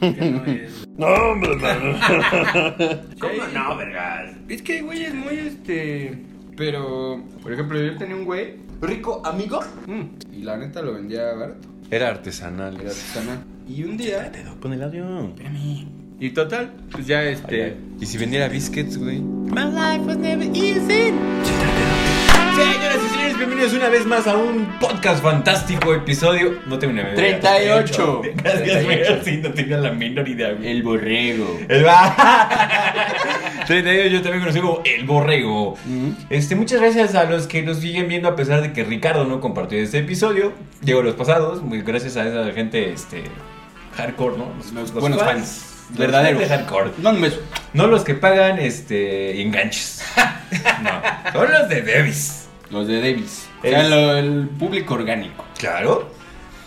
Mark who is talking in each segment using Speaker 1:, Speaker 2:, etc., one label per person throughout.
Speaker 1: Que no es.
Speaker 2: No, hombre, mano.
Speaker 1: ¿Cómo no, vergas?
Speaker 3: Es que hay güeyes muy este. Pero, por ejemplo, yo tenía un güey rico amigo mm, y la neta lo vendía barato.
Speaker 2: Era
Speaker 3: Era
Speaker 2: artesanal.
Speaker 3: artesanal. Y un día.
Speaker 2: Con el avión.
Speaker 3: Espérame. Y total, pues ya este.
Speaker 2: Y si vendiera biscuits, güey.
Speaker 3: My life was never easy.
Speaker 2: Señoras y señores, bienvenidos una vez más a un podcast fantástico, episodio. No tengo ni idea.
Speaker 3: 38.
Speaker 2: Gracias, güey. Sí, no tenía la menor idea, güey.
Speaker 3: El borrego.
Speaker 2: El va. 32, yo también conocido como El Borrego.
Speaker 3: Mm.
Speaker 2: Este, muchas gracias a los que nos siguen viendo a pesar de que Ricardo no compartió este episodio. Llegó los pasados, muy gracias a esa gente este hardcore, ¿no? Los,
Speaker 3: Los
Speaker 2: los
Speaker 3: buenos
Speaker 2: fans.
Speaker 3: fans.
Speaker 2: Verdaderos
Speaker 3: Los
Speaker 2: hardcore.
Speaker 3: No me beso.
Speaker 2: No los que pagan este enganches. No, son los de Devis.
Speaker 3: Los de Davis. O sea,
Speaker 2: Es-
Speaker 3: lo- el público orgánico.
Speaker 2: Claro.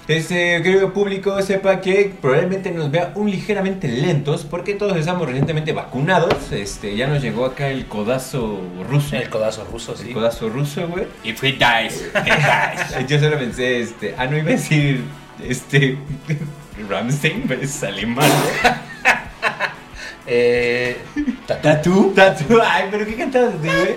Speaker 2: Este querido público sepa que probablemente nos vea un ligeramente lentos porque todos estamos recientemente vacunados. Este ya nos llegó acá el codazo ruso.
Speaker 1: El codazo ruso,
Speaker 2: El
Speaker 1: sí.
Speaker 2: codazo ruso, güey.
Speaker 3: If he dies.
Speaker 2: Yo solo pensé, este, ah, no iba a decir, este, Ramstein, pero es alemán.
Speaker 1: Eh.
Speaker 3: ¿Tatú?
Speaker 2: Tatu, ay, pero qué cantaste, güey.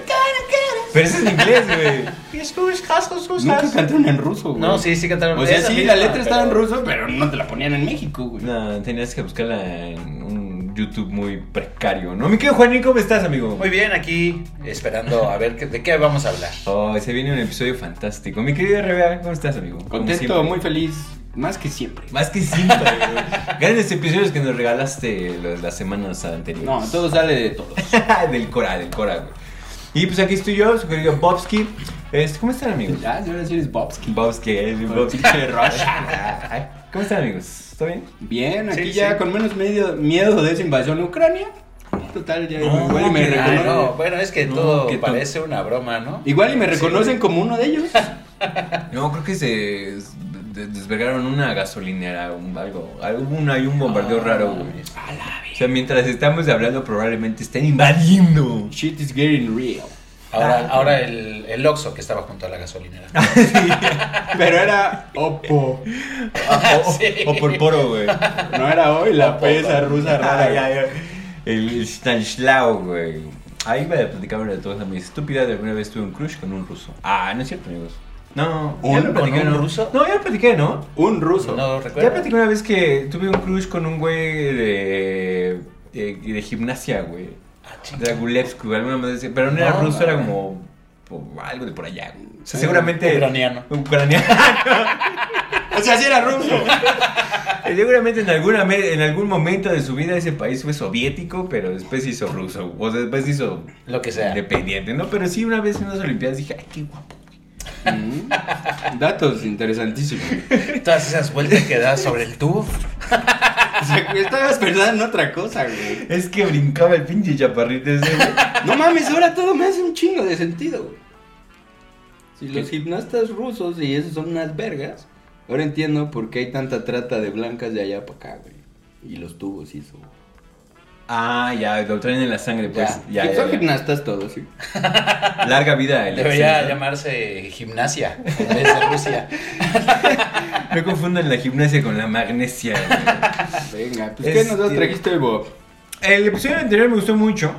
Speaker 2: Pero eso es en inglés, güey.
Speaker 3: Nunca cantaron en ruso, güey.
Speaker 1: No, sí, sí cantaron.
Speaker 3: O sea,
Speaker 1: Esa
Speaker 3: sí,
Speaker 1: misma,
Speaker 3: la letra estaba en
Speaker 1: pero-
Speaker 3: ruso, pero no te la ponían en México, güey.
Speaker 2: No, tenías que buscarla en un YouTube muy precario, ¿no? Mi querido Juanín, ¿cómo estás, amigo?
Speaker 1: Muy bien, aquí esperando a ver qué- de qué vamos a hablar.
Speaker 2: Oh, se viene un episodio fantástico. Mi querido RBA, ¿cómo estás, amigo? Como
Speaker 3: Contento,
Speaker 2: siempre.
Speaker 3: muy feliz, más que siempre.
Speaker 2: Más que siempre, güey. Grandes episodios que nos regalaste los- las semanas anteriores.
Speaker 3: No, todo sale de todo.
Speaker 2: del Cora, del Cora, güey. Y pues aquí estoy yo, su querido Bobsky. Este, ¿Cómo están, amigos?
Speaker 3: Ya, ahora sí eres Bobsky.
Speaker 2: Bobsky, el Bobsky.
Speaker 3: Pinche Rush.
Speaker 2: Ay, ¿Cómo están, amigos? ¿Está bien?
Speaker 3: Bien, aquí
Speaker 1: Sí,
Speaker 3: ya
Speaker 1: sí.
Speaker 3: con menos medio, miedo de esa invasión a Ucrania. Total, ya
Speaker 2: No,
Speaker 3: igual y me
Speaker 2: que-
Speaker 1: Ah,
Speaker 3: reconocen.
Speaker 1: no, bueno, es que
Speaker 2: No,
Speaker 1: todo
Speaker 2: que to-
Speaker 1: parece una broma, ¿no?
Speaker 3: Igual y me reconocen como uno de ellos.
Speaker 2: No, creo que se s- de- desvergaron una gasolinera, un, algo, algo un, hay un bombardeo
Speaker 1: Ah,
Speaker 2: raro, güey. O sea, mientras estamos hablando, probablemente estén invadiendo.
Speaker 3: Shit is getting real.
Speaker 1: Ahora, ahora el, el Oxxo que estaba junto a la gasolinera.
Speaker 2: Ah,
Speaker 3: Pero era Oppo.
Speaker 2: o,
Speaker 1: Ah, Sí.
Speaker 2: o por poro, güey.
Speaker 3: No era hoy la
Speaker 1: Oppo, Ah,
Speaker 3: pesa rusa rara.
Speaker 2: Ay, ay, ay. El Stanislao, güey. Ahí iba a platicar una de todas mis estúpidas de alguna vez tuve un crush con un ruso. Ah, no es cierto, amigos. No,
Speaker 1: ¿Un-
Speaker 2: ya lo platiqué,
Speaker 1: con un
Speaker 2: ¿no?
Speaker 1: ruso?
Speaker 2: No, ya lo platiqué, ¿no?
Speaker 3: Un ruso.
Speaker 1: No
Speaker 2: Ya
Speaker 1: recuerdo.
Speaker 2: platicé una vez que tuve un crush con un güey de, de, de gimnasia, güey.
Speaker 1: Ah,
Speaker 2: Dragulevsky, alguna madre así, Pero no era
Speaker 1: No,
Speaker 2: ruso,
Speaker 1: no.
Speaker 2: era como, como algo de por allá. güey. O sea,
Speaker 3: Sí,
Speaker 2: seguramente.
Speaker 1: ucraniano.
Speaker 2: Ucraniano.
Speaker 3: O sea, sí era ruso.
Speaker 2: seguramente en, alguna, me- en algún momento de su vida ese país fue soviético, pero después se hizo ruso. O sea, después se hizo
Speaker 1: Lo que sea.
Speaker 2: independiente, ¿no? Pero sí, una vez en unas Olimpiadas dije, ay, qué guapo.
Speaker 3: Mm. Datos interesantísimos.
Speaker 1: Todas esas vueltas que das sobre el tubo.
Speaker 3: O sea, que estabas pensando en otra cosa, güey.
Speaker 2: Es que brincaba el pinche chaparrito ese, güey.
Speaker 3: No mames, ahora todo me hace un chingo de sentido, güey. Si los gimnastas rusos y esos son unas vergas, ahora entiendo por qué hay tanta trata de blancas de allá para acá, güey. Y los tubos y eso.
Speaker 2: Ah, ya, lo traen en la sangre, pues. Ya,
Speaker 3: Sí,
Speaker 2: ya,
Speaker 3: son
Speaker 2: ya.
Speaker 3: gimnastas todos, sí.
Speaker 2: Larga vida. el
Speaker 1: Debería
Speaker 2: exceso.
Speaker 1: llamarse gimnasia en vez de Rusia.
Speaker 2: No confundan la gimnasia con la magnesia. güey.
Speaker 3: Venga, pues ¿qué
Speaker 2: Este-
Speaker 3: nos dos trajiste hoy, Bob?
Speaker 2: El episodio anterior me gustó mucho.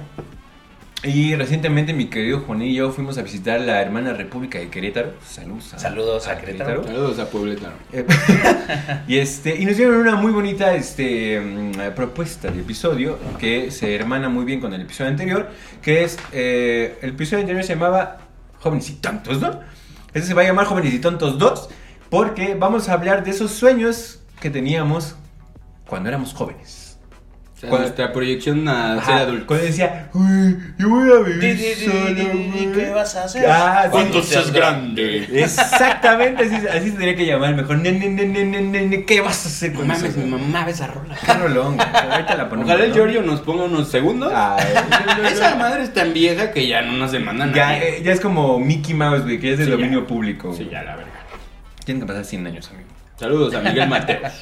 Speaker 2: Y recientemente mi querido Juan y yo fuimos a visitar la hermana República de Querétaro. Saludos.
Speaker 1: Saludos a Querétaro.
Speaker 3: Saludos a Puebletano.
Speaker 2: Eh, y este y nos dieron una muy bonita este, mm, propuesta de episodio que se hermana muy bien con el episodio anterior, que es eh, el episodio anterior se llamaba Jóvenes y Tontos, ¿no? Este se va a llamar Jóvenes y Tontos 2 porque vamos a hablar de esos sueños que teníamos cuando éramos jóvenes.
Speaker 3: O sea,
Speaker 2: ¿Cuál?
Speaker 3: nuestra proyección a ser
Speaker 2: Ajá,
Speaker 3: adulto.
Speaker 2: Cuando decía, "Uy, yo voy a
Speaker 1: Di,
Speaker 2: vivir
Speaker 1: di, di,
Speaker 2: solo,
Speaker 1: di, di, di,
Speaker 2: güey".
Speaker 1: ¿Qué vas a hacer?
Speaker 2: Ah, sí.
Speaker 1: Cuando seas
Speaker 3: grande?
Speaker 2: Exactamente, así, así se tendría que llamar mejor. Ne, ne, ne, ne, ne, ne, ne, ¿Qué vas a hacer
Speaker 3: No
Speaker 2: con
Speaker 3: mames,
Speaker 2: eso,
Speaker 3: mi
Speaker 2: güey?
Speaker 3: mamá ve esa rola.
Speaker 2: Qué rolón, güey. Ahorita la ponemos.
Speaker 3: Ojalá el
Speaker 2: ¿no? Ah,
Speaker 3: Giorgio nos ponga unos segundos.
Speaker 2: Ay, no, no, no.
Speaker 3: Esa madre es tan vieja que ya no nos demandan
Speaker 2: Ya,
Speaker 3: nadie.
Speaker 2: eh, ya es como Mickey Mouse, güey, que es de
Speaker 3: Sí, ya.
Speaker 2: dominio público.
Speaker 3: Sí,
Speaker 2: güey.
Speaker 3: ya la verga.
Speaker 2: Tienen que pasar 100 años, amigo.
Speaker 3: Saludos a Miguel Mateos.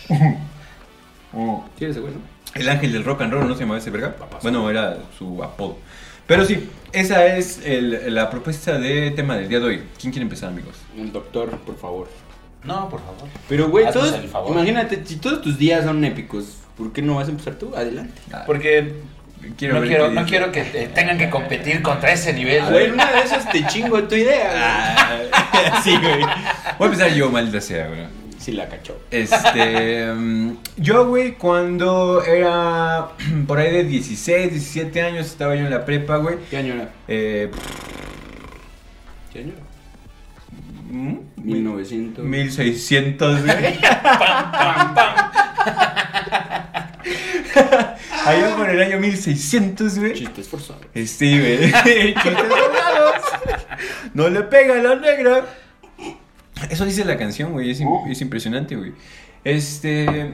Speaker 3: ¿Quieres ese güey, no?
Speaker 2: Oh. El ángel del rock and roll, ¿no se llamaba ese verga?
Speaker 3: Papá, sí.
Speaker 2: Bueno, era su apodo. Pero sí, esa es el- la propuesta de tema del día de hoy. ¿Quién quiere empezar, amigos?
Speaker 3: Un doctor, por favor.
Speaker 1: No, por favor.
Speaker 3: Pero, güey,
Speaker 1: Haznos
Speaker 3: todos.
Speaker 1: el favor.
Speaker 3: Imagínate, si todos tus días son épicos,
Speaker 4: ¿Por qué no vas a empezar tú? Adelante.
Speaker 2: Ah,
Speaker 1: Porque
Speaker 2: Quiero
Speaker 1: no,
Speaker 2: ver
Speaker 1: quiero,
Speaker 2: qué
Speaker 1: no
Speaker 2: dice.
Speaker 1: quiero que te- tengan que competir contra ese nivel.
Speaker 4: Güey, en una de esas te chingo tu idea,
Speaker 2: Ah, sí, güey. Voy a empezar yo, maldita sea, güey.
Speaker 4: güey. Sí la cachó.
Speaker 2: Este. mm, yo, güey, cuando era por ahí de 16, 17 años, estaba yo en la prepa, güey.
Speaker 4: ¿Qué año era?
Speaker 2: Eh,
Speaker 4: ¿Qué año era?
Speaker 2: mm,
Speaker 4: 1900.
Speaker 2: 1600, güey. Allá por el año 1600, güey.
Speaker 4: Chistes forzados.
Speaker 2: Sí, güey. Chistes raros. No le pega a la negra. Eso dice la canción, güey. Es, im- es impresionante, güey. Este.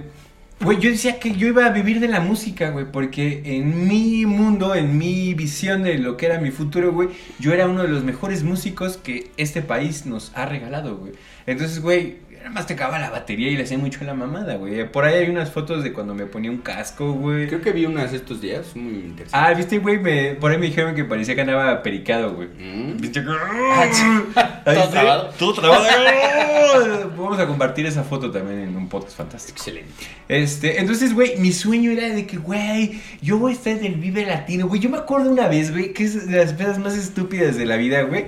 Speaker 2: Güey, yo decía que yo iba a vivir de la música, güey. Porque en mi mundo, en mi visión de lo que era mi futuro, güey. Yo era uno de los mejores músicos que este país nos ha regalado, güey. Entonces, güey. Nada más tocaba la batería y le hacía mucho la mamada, güey. Por ahí hay unas fotos de cuando me ponía un casco, güey.
Speaker 4: Creo que vi unas estos días, muy interesantes.
Speaker 2: Ah, viste, güey, me, por ahí me dijeron que parecía que andaba pericado, güey.
Speaker 4: Mm.
Speaker 2: Viste que... ¡ah!
Speaker 1: Ah, Todo
Speaker 2: Ahí sí,
Speaker 1: trabado.
Speaker 2: Todo trabado. Vamos a compartir esa foto también en un podcast fantástico.
Speaker 4: Excelente.
Speaker 2: Este, entonces, güey, mi sueño era de que, güey, yo voy a estar en el Vive Latino, güey. Yo me acuerdo una vez, güey, que es de las cosas más estúpidas de la vida, güey.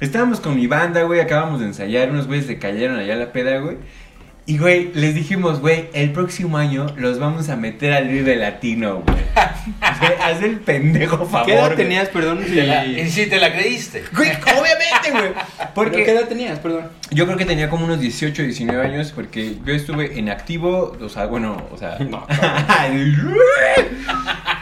Speaker 2: Estábamos con mi banda, güey, acabamos de ensayar, unos güeyes se cayeron allá a la peda, güey. Y, güey, les dijimos, güey, el próximo año los vamos a meter al Vive Latino, güey. Güey, Haz el pendejo favor.
Speaker 4: ¿Qué edad
Speaker 2: güey.
Speaker 4: tenías, perdón? si-
Speaker 1: Te la- y si te la creíste.
Speaker 2: Güey, obviamente, güey.
Speaker 4: ¿Pero
Speaker 2: Porque
Speaker 4: ¿Qué edad tenías, perdón?
Speaker 2: yo creo que tenía como unos 18, 19 años porque yo estuve en activo, o sea, bueno, o sea...
Speaker 4: No,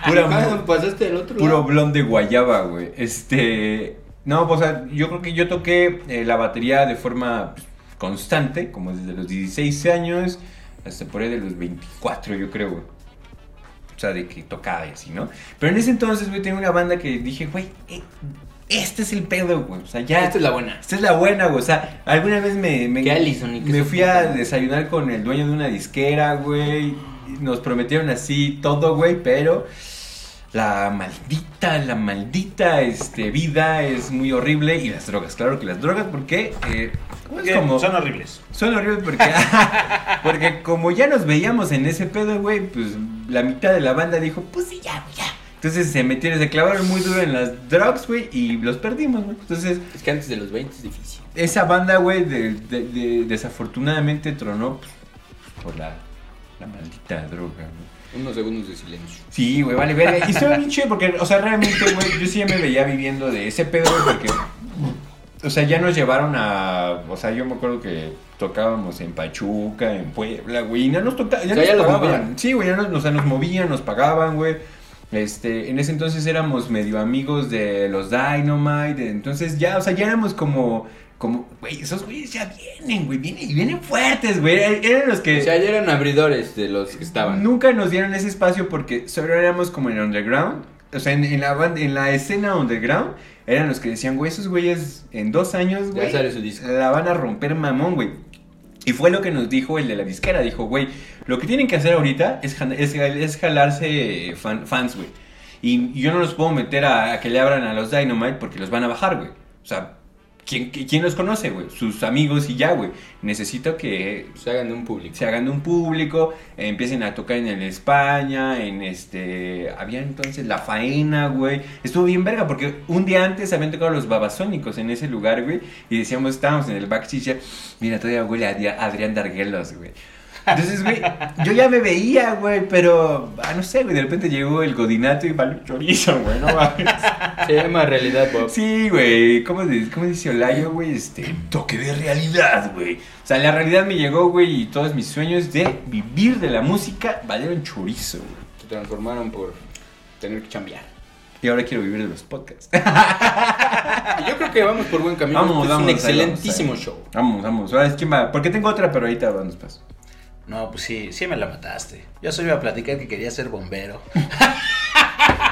Speaker 2: Pura
Speaker 4: ¿Cuándo pasaste del otro
Speaker 2: Puro
Speaker 4: lado?
Speaker 2: blond de guayaba, güey. Este. No, pues, o sea, yo creo que yo toqué eh, la batería de forma pues, constante, como desde los 16 años hasta por ahí de los 24, yo creo, güey. O sea, de que tocaba y así, ¿no? Pero en ese entonces, güey, tenía una banda que dije, güey, eh, este es el pedo, güey. O sea, ya.
Speaker 4: Esta es la buena.
Speaker 2: Esta es la buena, güey. O sea, alguna vez me. me
Speaker 4: Que Allison y que
Speaker 2: me
Speaker 4: su
Speaker 2: fui a
Speaker 4: puta.
Speaker 2: desayunar con el dueño de una disquera, güey. Nos prometieron así todo, güey, pero. La maldita, la maldita este, vida es muy horrible. Y las drogas, claro que las drogas, porque. eh,
Speaker 1: Porque
Speaker 2: es como-
Speaker 1: Son horribles.
Speaker 2: son horribles porque, porque como ya nos veíamos en ese pedo, güey, pues la mitad de la banda dijo, pues sí, ya, ya. Entonces se metieron, se clavaron muy duro en las drugs, güey, y los perdimos, güey. Entonces,
Speaker 4: Es que antes de los 20 es difícil.
Speaker 2: esa banda, güey, de- de- de- desafortunadamente tronó pues, por la, la maldita droga, güey.
Speaker 4: Unos segundos de silencio.
Speaker 2: Sí, güey, vale, verga. Y estuvo bien chido porque, o sea, realmente, güey, yo sí ya me veía viviendo de ese pedo, güey, porque, o sea, ya nos llevaron a, o sea, yo me acuerdo que tocábamos en Pachuca, en Puebla, güey, y ya nos toca-
Speaker 4: O sea, ya los
Speaker 2: nos pagaban.
Speaker 4: movían.
Speaker 2: Sí, güey, ya nos, o sea, nos movían, nos pagaban, güey. Este, en ese entonces éramos medio amigos de los Dynamite, de- entonces ya, o sea, ya éramos como, como, güey, esos güeyes ya vienen, güey, vienen, y vienen fuertes, güey, eran los que...
Speaker 4: O sea, ya eran abridores de los que estaban.
Speaker 2: Nunca nos dieron ese espacio porque solo éramos como en underground. O sea, en, en la, ban- en la escena underground eran los que decían, güey, esos güeyes en dos años,
Speaker 4: Ya
Speaker 2: güey,
Speaker 4: sale su disco.
Speaker 2: la van a romper mamón, güey. Y fue lo que nos dijo el de la disquera. Dijo, güey, lo que tienen que hacer ahorita es, jan- es, es jalarse fan- fans, güey. Y yo no los puedo meter a, a que le abran a los Dynamite porque los van a bajar, güey. O sea, ¿quién, quién los conoce, güey? Sus amigos y ya, güey. Necesito que
Speaker 4: Se hagan de un público.
Speaker 2: se hagan de un público, eh, empiecen a tocar en el España, en este, había entonces la faena, güey, estuvo bien verga, porque un día antes habían tocado los babasónicos en ese lugar, güey, y decíamos, estábamos en el backstage, ya, mira, todavía huele a Adri- Adrián Darguelos, güey. Entonces, güey, yo ya me veía, güey, pero, ah, no sé, güey, de repente llegó el godinato y valió chorizo, güey, no mames.
Speaker 4: Se llama realidad pop.
Speaker 2: Sí, güey. ¿Cómo, de- cómo dice Olayo, güey? Este, toque de realidad, güey. O sea, la realidad me llegó, güey, y todos mis sueños de vivir de la música valieron chorizo, güey.
Speaker 4: Se transformaron por tener que chambear.
Speaker 2: Y ahora quiero vivir de los podcasts.
Speaker 4: Y yo creo que vamos por buen camino.
Speaker 2: Vamos,
Speaker 4: Este
Speaker 2: vamos, ahí
Speaker 4: es un excelentísimo
Speaker 2: vamos, ahí.
Speaker 4: show.
Speaker 2: Vamos, vamos. Ahora es que va. Porque tengo otra, pero ahorita vamos paso.
Speaker 1: No, pues sí, sí me la mataste. Yo solo iba a platicar que quería ser bombero.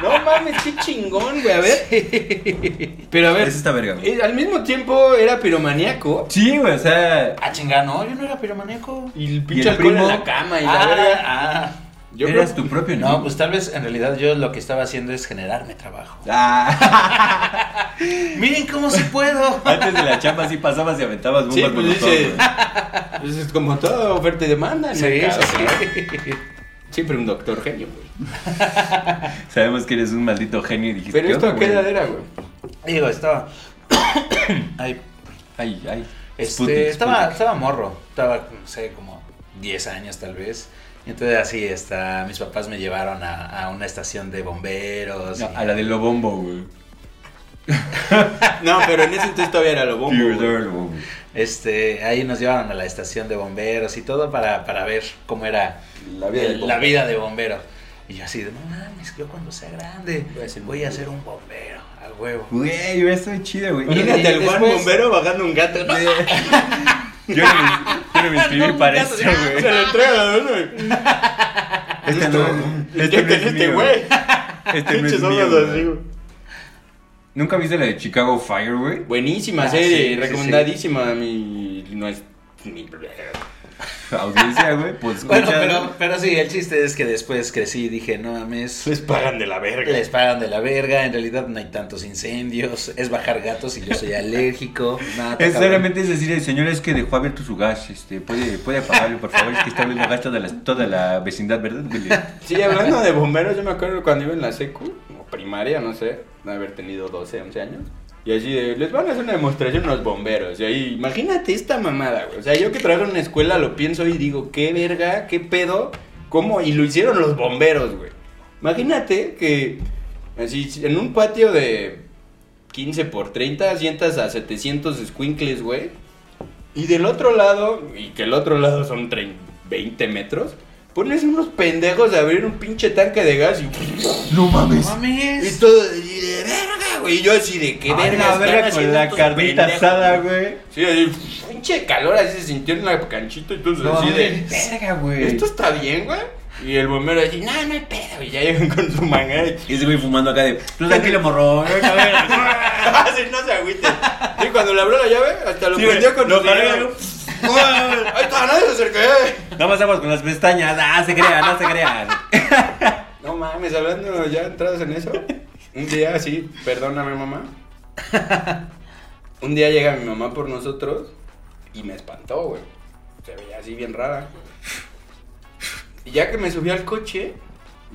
Speaker 4: No mames, qué chingón, güey. A ver. Pero a ver.
Speaker 2: Es esta verga, güey.
Speaker 4: eh, Al mismo tiempo era piromaníaco.
Speaker 2: Sí, güey, o sea.
Speaker 1: Ah, chinga, no, yo no era piromaníaco.
Speaker 4: Y el
Speaker 2: el
Speaker 4: pinche alcohol
Speaker 2: primo.
Speaker 4: en la cama y la verga.
Speaker 1: Ah, ah.
Speaker 4: Yo
Speaker 2: eras
Speaker 4: creo-
Speaker 2: tu propio
Speaker 1: No,
Speaker 2: enemigo.
Speaker 1: pues tal vez en realidad yo lo que estaba haciendo es generarme trabajo.
Speaker 2: Ah,
Speaker 1: Miren cómo sí puedo.
Speaker 2: antes de la chamba sí pasabas y aventabas bombas
Speaker 4: Sí, pues
Speaker 2: molotov,
Speaker 4: dice.
Speaker 2: güey.
Speaker 4: Pues es como todo oferta y demanda. ¿no?
Speaker 1: Sí,
Speaker 4: Claro.
Speaker 1: sí, sí.
Speaker 3: Siempre un doctor genio, güey.
Speaker 2: Sabemos que eres un maldito genio y dijiste.
Speaker 3: Pero
Speaker 2: ¿qué
Speaker 3: esto
Speaker 2: onda,
Speaker 3: a qué
Speaker 2: güey?
Speaker 3: edad era, güey.
Speaker 1: Digo, estaba. Ay,
Speaker 2: Ay, ay.
Speaker 1: este,
Speaker 2: Sputnik,
Speaker 1: estaba,
Speaker 2: Sputnik.
Speaker 1: estaba morro. Estaba, no sé, como 10 años tal vez. Y entonces así, está, mis papás me llevaron a, a una estación de bomberos.
Speaker 2: No,
Speaker 1: y-
Speaker 2: a la de Lobombo, güey.
Speaker 3: No, pero en ese entonces todavía era lo
Speaker 2: Sí,
Speaker 3: bombo. güey.
Speaker 2: güey, estaba Lobombo.
Speaker 1: Este, ahí nos llevaron a la estación de bomberos y todo para, para ver cómo era
Speaker 3: La vida del
Speaker 1: el- la
Speaker 3: bombo.
Speaker 1: vida de bombero. Y yo así de, no mames, yo cuando sea grande
Speaker 3: Voy a ser
Speaker 1: voy
Speaker 3: bombero".
Speaker 1: a ser un bombero, a huevo.
Speaker 2: Güey, hubiera estado chido, güey.
Speaker 1: Oye,
Speaker 3: Imagínate
Speaker 1: y
Speaker 3: al Juan
Speaker 1: después-
Speaker 3: bombero bajando un gato. ¿no?
Speaker 2: Yo no me, yo no me inscribí para eso,
Speaker 3: Se
Speaker 2: güey.
Speaker 3: lo entrega, güey.
Speaker 2: Este no, es- este no
Speaker 3: ¿Qué
Speaker 2: es
Speaker 3: teniste,
Speaker 2: mío,
Speaker 3: güey?
Speaker 2: Este no es
Speaker 3: Pinches
Speaker 2: mío,
Speaker 3: ojos
Speaker 2: güey.
Speaker 3: así, güey.
Speaker 2: ¿Nunca viste la de Chicago Fire, güey?
Speaker 3: Buenísima
Speaker 1: Ah,
Speaker 3: serie,
Speaker 1: sí, sí,
Speaker 3: recomendadísima. Mi. No es. mi-
Speaker 2: Audiencia, güey. Pues
Speaker 1: Bueno,
Speaker 2: escucha-
Speaker 1: pero, pero sí, el chiste es que después crecí y dije, no mames,
Speaker 3: Les pagan de la verga.
Speaker 1: les pagan de la verga, en realidad no hay tantos incendios, es bajar gatos y yo soy alérgico. nada, está
Speaker 2: Es
Speaker 1: cabrón.
Speaker 2: solamente es decir, el señor es que dejó abierto su gas, este, puede, puede apagarlo, por favor, es que está abriendo gas toda la, toda la vecindad, ¿verdad? güey?
Speaker 3: Sí, hablando de bomberos, yo me acuerdo cuando iba en la secu, o primaria, no sé, de haber tenido 12, 11 años. Y así de, les van a hacer una demostración unos bomberos. Y ahí, imagínate esta mamada, güey. O sea, yo que trabajo en una escuela lo pienso y digo, qué verga, qué pedo, cómo. Y lo hicieron los bomberos, güey. Imagínate que, así, en un patio de 15 por 30, sientas a 700 squinkles, güey. Y del otro lado, y que el otro lado son trein- 20 metros, pones unos pendejos a abrir un pinche tanque de gas y,
Speaker 2: ¡No mames!
Speaker 1: No mames.
Speaker 3: y todo. Y de verga, güey. Y yo así de qué
Speaker 2: Ay,
Speaker 3: verga.
Speaker 2: la
Speaker 3: están
Speaker 2: verga con
Speaker 3: haciendo
Speaker 2: la
Speaker 3: estos
Speaker 2: carnita
Speaker 3: pendejos,
Speaker 2: asada, güey.
Speaker 3: Sí, así, pinche calor así se sintió en la canchita y todo
Speaker 2: No
Speaker 3: así de.
Speaker 2: mames. Verga, güey.
Speaker 3: Esto está bien, güey. Y el bombero así, no, no hay pedo. Y ya llegan con su manga y
Speaker 2: Y ese güey fumando acá de, tú tranquilo, morro.
Speaker 3: Así no se agüite. Y cuando le abrió la llave, hasta lo
Speaker 2: Sí,
Speaker 3: prendió con
Speaker 2: lo
Speaker 3: su
Speaker 2: jalé,
Speaker 3: dinero. Ahí está, nadie se acercó. eh.
Speaker 2: No pasamos con las pestañas, ah, se crean, no se crean.
Speaker 3: No mames, hablando ya entrados en eso. Un día así, perdóname mamá. Un día llega mi mamá por nosotros y me espantó, güey. Se veía así bien rara. Y ya que me subí al coche,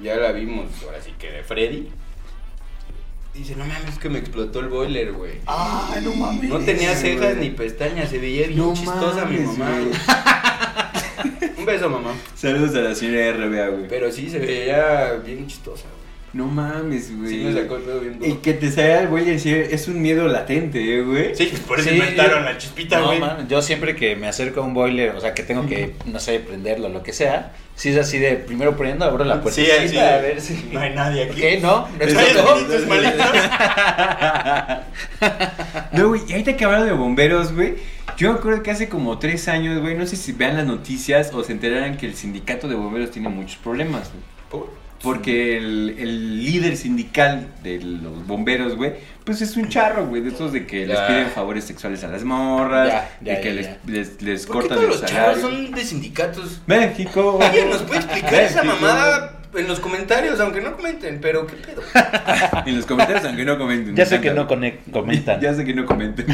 Speaker 3: ya la vimos, ahora sí que de Freddy. Dice, no mames, que me explotó el boiler, güey.
Speaker 2: Ah, no mames.
Speaker 3: No tenía cejas ni pestañas, se veía bien
Speaker 2: No
Speaker 3: chistosa mi
Speaker 2: mames,
Speaker 3: mamá.
Speaker 2: güey.
Speaker 3: Un beso, mamá.
Speaker 2: Saludos a la señora RBA, güey.
Speaker 3: Pero sí, se veía bien chistosa, güey.
Speaker 2: No mames, güey.
Speaker 3: Sí, me sacó el pedo bien
Speaker 2: Y
Speaker 3: duro.
Speaker 2: que te salga el güey así, es un miedo latente, eh, güey.
Speaker 3: Sí, por eso
Speaker 1: Sí,
Speaker 3: inventaron
Speaker 1: yo-
Speaker 3: la chispita,
Speaker 1: No,
Speaker 3: güey.
Speaker 1: man, yo siempre que me acerco a un boiler, o sea, que tengo que, no sé, prenderlo, lo que sea, si es así de, primero prendo, abro la puerta
Speaker 3: sí, así.
Speaker 1: a ver si...
Speaker 3: No hay nadie aquí.
Speaker 1: ¿Qué? ¿No? ¿No
Speaker 3: ¿Hay
Speaker 1: explotó?
Speaker 3: espíritus malignos?
Speaker 2: No, güey, y ahorita que hablo de bomberos, güey. Yo me acuerdo que hace como tres años, güey, no sé si vean las noticias o se enteraran que el sindicato de bomberos tiene muchos problemas, güey. Porque el, el líder sindical de los bomberos, güey, pues es un charro, güey, de esos de que les
Speaker 3: Ya.
Speaker 2: piden favores sexuales a las morras,
Speaker 1: Ya, ya,
Speaker 2: de que
Speaker 1: ya,
Speaker 2: les,
Speaker 1: ya.
Speaker 2: les, les
Speaker 3: ¿Por qué
Speaker 2: cortan
Speaker 3: todos
Speaker 2: el
Speaker 3: los chavos
Speaker 2: salario.
Speaker 3: son de sindicatos?
Speaker 2: México.
Speaker 3: Alguien nos puede explicar esa
Speaker 2: México.
Speaker 3: mamada en los comentarios, aunque no comenten, pero qué pedo.
Speaker 2: En los comentarios, aunque no comenten.
Speaker 1: Ya
Speaker 2: me
Speaker 1: sé que
Speaker 2: encanta.
Speaker 1: no conec- comentan.
Speaker 2: Ya sé que no comenten.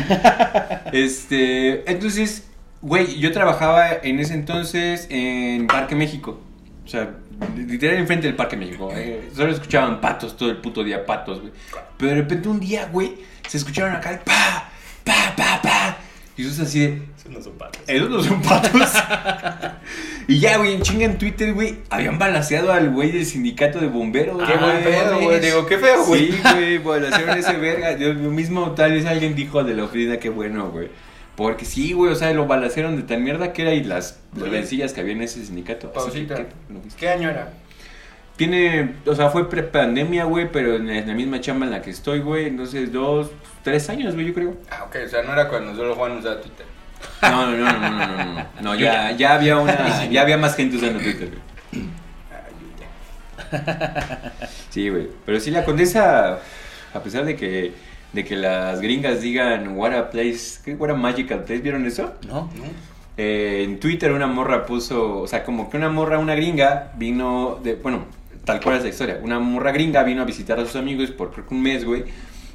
Speaker 2: este, entonces, güey, yo trabajaba en ese entonces en Parque México. O sea, literal enfrente del Parque México. eh, solo escuchaban patos todo el puto día, patos, güey. Pero de repente un día, güey, se escucharon acá, pa, pa, pa, pa. Y eso es así de,
Speaker 3: Esos no son patos.
Speaker 2: esos no son patos. y ya, güey, en chinga en Twitter, güey, habían balaseado al güey del sindicato de bomberos.
Speaker 3: Qué
Speaker 2: güey.
Speaker 3: buen pedo, güey. Digo, qué feo, güey.
Speaker 2: Sí, güey, bueno, hicieron ese verga. Yo mismo, tal vez alguien dijo de la oficina, qué bueno, güey. Porque sí, güey, o sea, lo balacearon de tan mierda que era y las las
Speaker 3: Oye.
Speaker 2: rencillas que había en ese sindicato. Así que,
Speaker 3: Pausita.
Speaker 2: ¿qué? No, pues,
Speaker 3: ¿Qué año era?
Speaker 2: Tiene, o sea, fue prepandemia, güey, pero en la, en la misma chamba en la que estoy, güey, entonces dos, tres años, güey, yo creo.
Speaker 3: Ah, ok, o sea, no era cuando solo Juan usaba Twitter.
Speaker 2: No, no, no, no, no, no, no, no, ya, ya había una, ya había más gente usando Twitter, güey.
Speaker 3: Ayuda.
Speaker 2: Sí, güey. Pero sí, la condesa, a pesar de que, de que las gringas digan, what a place, ¿qué? what a magical place, ¿vieron eso?
Speaker 1: ¿No?
Speaker 3: ¿No?
Speaker 2: Eh, en Twitter una morra puso, o sea, como que una morra, una gringa, vino de, bueno, tal cual es la historia, una morra gringa vino a visitar a sus amigos por creo que un mes, güey.